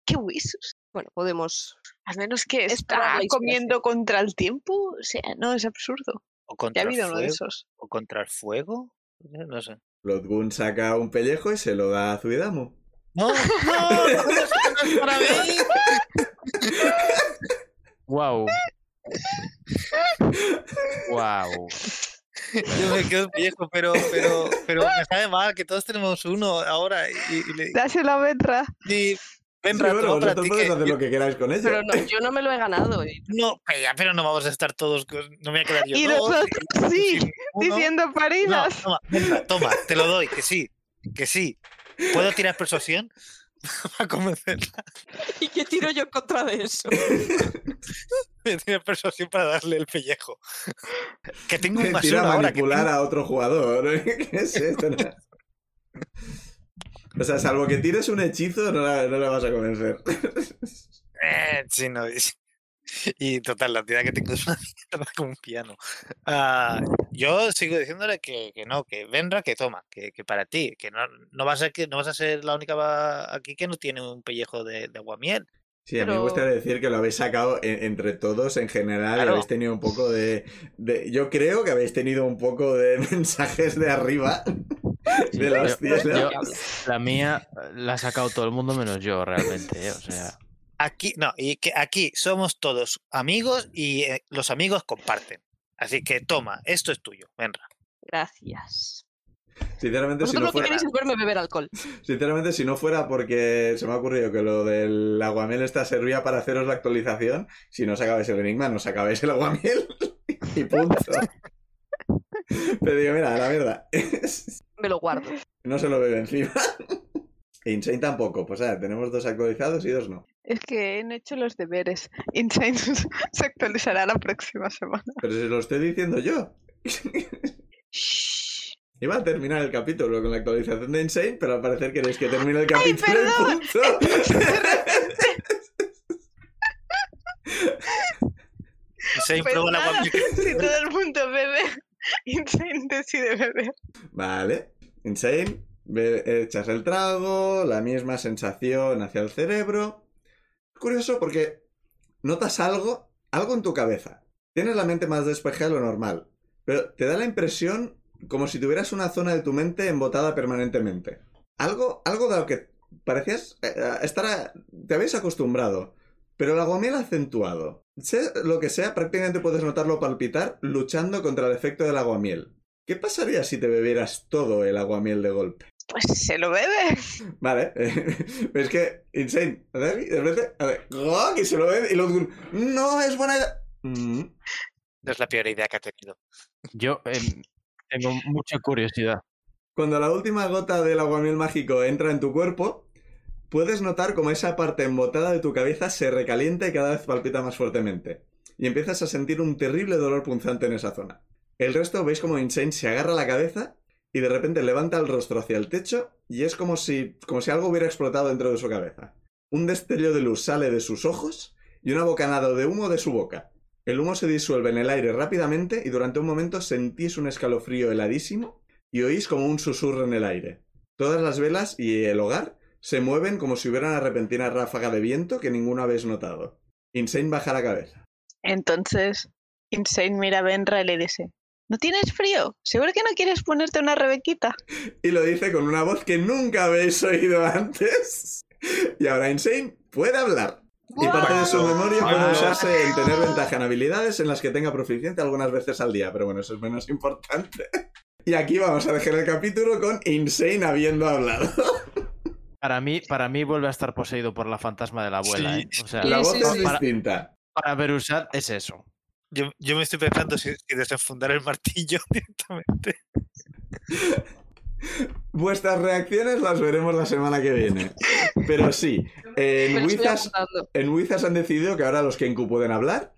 ¿Qué huesos?
Bueno, podemos.
A menos que
Es
está
probable y se hace.
comiendo contra el tiempo. O sea, no, es absurdo.
O
Ya
contra
ha
el
habido uno de
fuego.
esos.
O contra el fuego. No no sé.
Lodgun saca un pellejo y se lo da a Zuidamu.
No, no, no, no es para mí.
Wow. Wow.
Yo me quedo pellejo, pero, pero, pero me sabe mal que todos tenemos uno ahora. Y, y le-
Dáselo a Betra.
y- ven,
Sí,
Rato,
bueno,
para
vosotros
ti
podéis
que-
hacer lo que queráis con ella.
Pero no, yo no me lo he ganado. eh.
No, pero ya, pero no vamos a estar todos. con- No me voy a quedar yo.
Y
dos,
nosotros
y tú
sí,
sin uno.
Diciendo
No,
paridas.
toma, venga, toma, te lo doy, que sí, que sí. ¿Puedo tirar persuasión? Para convencerla.
¿Y qué tiro yo en contra de eso?
Voy a tirar persuasión para darle el pellejo. Que tengo un más
Mentira,
uno ahora. Que
manipular
tengo-
a otro jugador. ¿eh? ¿Qué es esto? No. O sea, salvo que tires un hechizo, no la, no la vas a convencer.
Eh, sí, no, y- Y total, la entidad que tengo es una mierda como un piano. Ah, yo sigo diciéndole que, que no, que Venra, que toma, que, que para ti, que no, no, vas a, que no vas a ser la única va- aquí que no tiene un pellejo de, de aguamiel.
Sí, a mí me
Pero-
gustaría decir que lo habéis sacado en- entre todos en general y
Claro.
habéis tenido un poco de, de- Yo creo que habéis tenido un poco de mensajes de arriba.
Sí,
de la
yo-
hostia.
yo- La mía eh, la ha sacado todo el mundo menos yo, realmente. eh, O sea,
Aquí, no, y que aquí somos todos amigos y eh, los amigos comparten. Así que toma, esto es tuyo, Venra.
Gracias.
Sinceramente, si
Vosotros
no
lo que
fuera...
queréis es verme beber alcohol.
Sinceramente, si no fuera porque se me ha ocurrido que lo del aguamiel esta servía para haceros la actualización, si no sacabais el enigma, no sacabais el aguamiel. y punto. Pero digo, mira, la verdad,
Me lo guardo.
no se lo bebe encima. E Insane tampoco, pues ah, tenemos dos actualizados y dos no.
Es que no he hecho los deberes. Insane se actualizará la próxima semana.
Pero si lo estoy diciendo yo.
Shh.
Iba a terminar el capítulo con la actualización de Insane, pero al parecer queréis que termine el capítulo y
perdón!
punto.
Se
Pues
prueba la
nada,
guamiel.
si todo el mundo bebe, Insane decide beber.
Vale. Insane. Ve- Echas el trago, la misma sensación hacia el cerebro. Es curioso porque notas algo, algo en tu cabeza. Tienes la mente más despejada de lo normal, pero te da la impresión como si tuvieras una zona de tu mente embotada permanentemente. Algo, algo de lo que parecías eh, eh, estar... a- te habéis acostumbrado, pero la aguamiel acentuado. Sea lo que sea, prácticamente puedes notarlo palpitar luchando contra el efecto del aguamiel. ¿Qué pasaría si te bebieras todo el aguamiel de golpe?
Pues se lo bebe.
Vale, pero es que, insane, a ver, de repente, a ver, ¡guau! que se lo bebe y luego un, no es buena idea. Mm,
No es la peor idea que ha tenido.
yo em, tengo mucha curiosidad.
Cuando la última gota del aguamiel mágico entra en tu cuerpo, puedes notar como esa parte embotada de tu cabeza se recalienta y cada vez palpita más fuertemente. Y empiezas a sentir un terrible dolor punzante en esa zona. El resto veis como Insane se agarra la cabeza y de repente levanta el rostro hacia el techo y es como si, como si algo hubiera explotado dentro de su cabeza. Un destello de luz sale de sus ojos y una bocanada de humo de su boca. El humo se disuelve en el aire rápidamente y durante un momento sentís un escalofrío heladísimo y oís como un susurro en el aire. Todas las velas y el hogar se mueven como si hubiera una repentina ráfaga de viento que ninguno habéis notado. Insane baja la cabeza.
Entonces, Insane mira a Benra y le dice: ¿No tienes frío? ¿Seguro que no quieres ponerte una rebequita?
Y lo dice con una voz que nunca habéis oído antes. Y ahora Insane puede hablar. Y parte de su memoria puede
¡Guau!
usarse en tener ventaja en habilidades en las que tenga proficiencia algunas veces al día, pero bueno, eso es menos importante. Y aquí vamos a dejar el capítulo con Insane habiendo hablado.
Para mí, para mí vuelve a estar poseído por la fantasma de la abuela.
Sí.
¿eh? O sea,
La
Sí,
voz
sí,
es
sí.
distinta.
para Berusat es eso.
Yo, yo me estoy pensando si, si desenfundar el martillo directamente.
Vuestras reacciones las veremos la semana que viene. Pero sí, en
Me lo estoy
Wizards,
apuntando.
en Wizards han decidido que ahora los Kenku pueden hablar.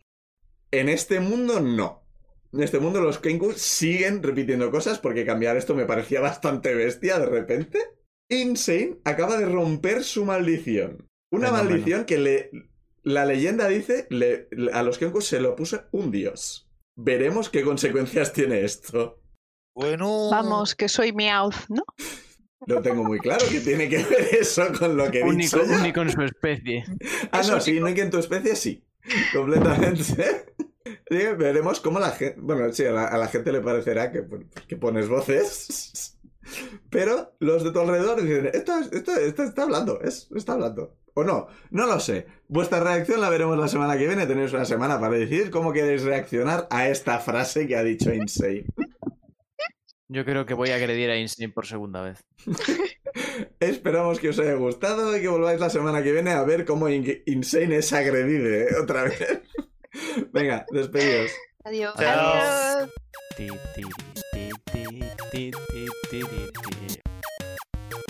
En este mundo no. En este mundo los Kenku siguen repitiendo cosas porque cambiar esto me parecía bastante bestia de repente. Insane acaba de romper su maldición. Una
Fenómeno.
maldición que le, la leyenda dice le- a los Kenku se lo puso un dios. Veremos qué consecuencias tiene esto.
Bueno.
Vamos, que soy Meowth, ¿no?
Lo tengo muy claro que tiene que ver eso con lo que he
Único,
dicho. ya.
único en su especie.
Ah,
Eso
no, sí, no hay que en tu especie, sí. Completamente. Sí, veremos cómo la gente. Bueno, sí, a la, a la gente le parecerá que, bueno, pues, que pones voces. Pero los de tu alrededor dicen: Esto, es- esto, esto está hablando, es, está hablando. O no, no lo sé. Vuestra reacción la veremos la semana que viene. Tenéis una semana para decidir cómo queréis reaccionar a esta frase que ha dicho Insane.
Yo creo que voy a agredir a Insane por segunda vez.
Esperamos que os haya gustado y que volváis la semana que viene a ver cómo In- Insane es agredido ¿eh? otra vez. Venga, despedidos.
Adiós.
Chao.
Adiós.
Ti, ti, ti, ti, ti, ti, ti, ti, ti.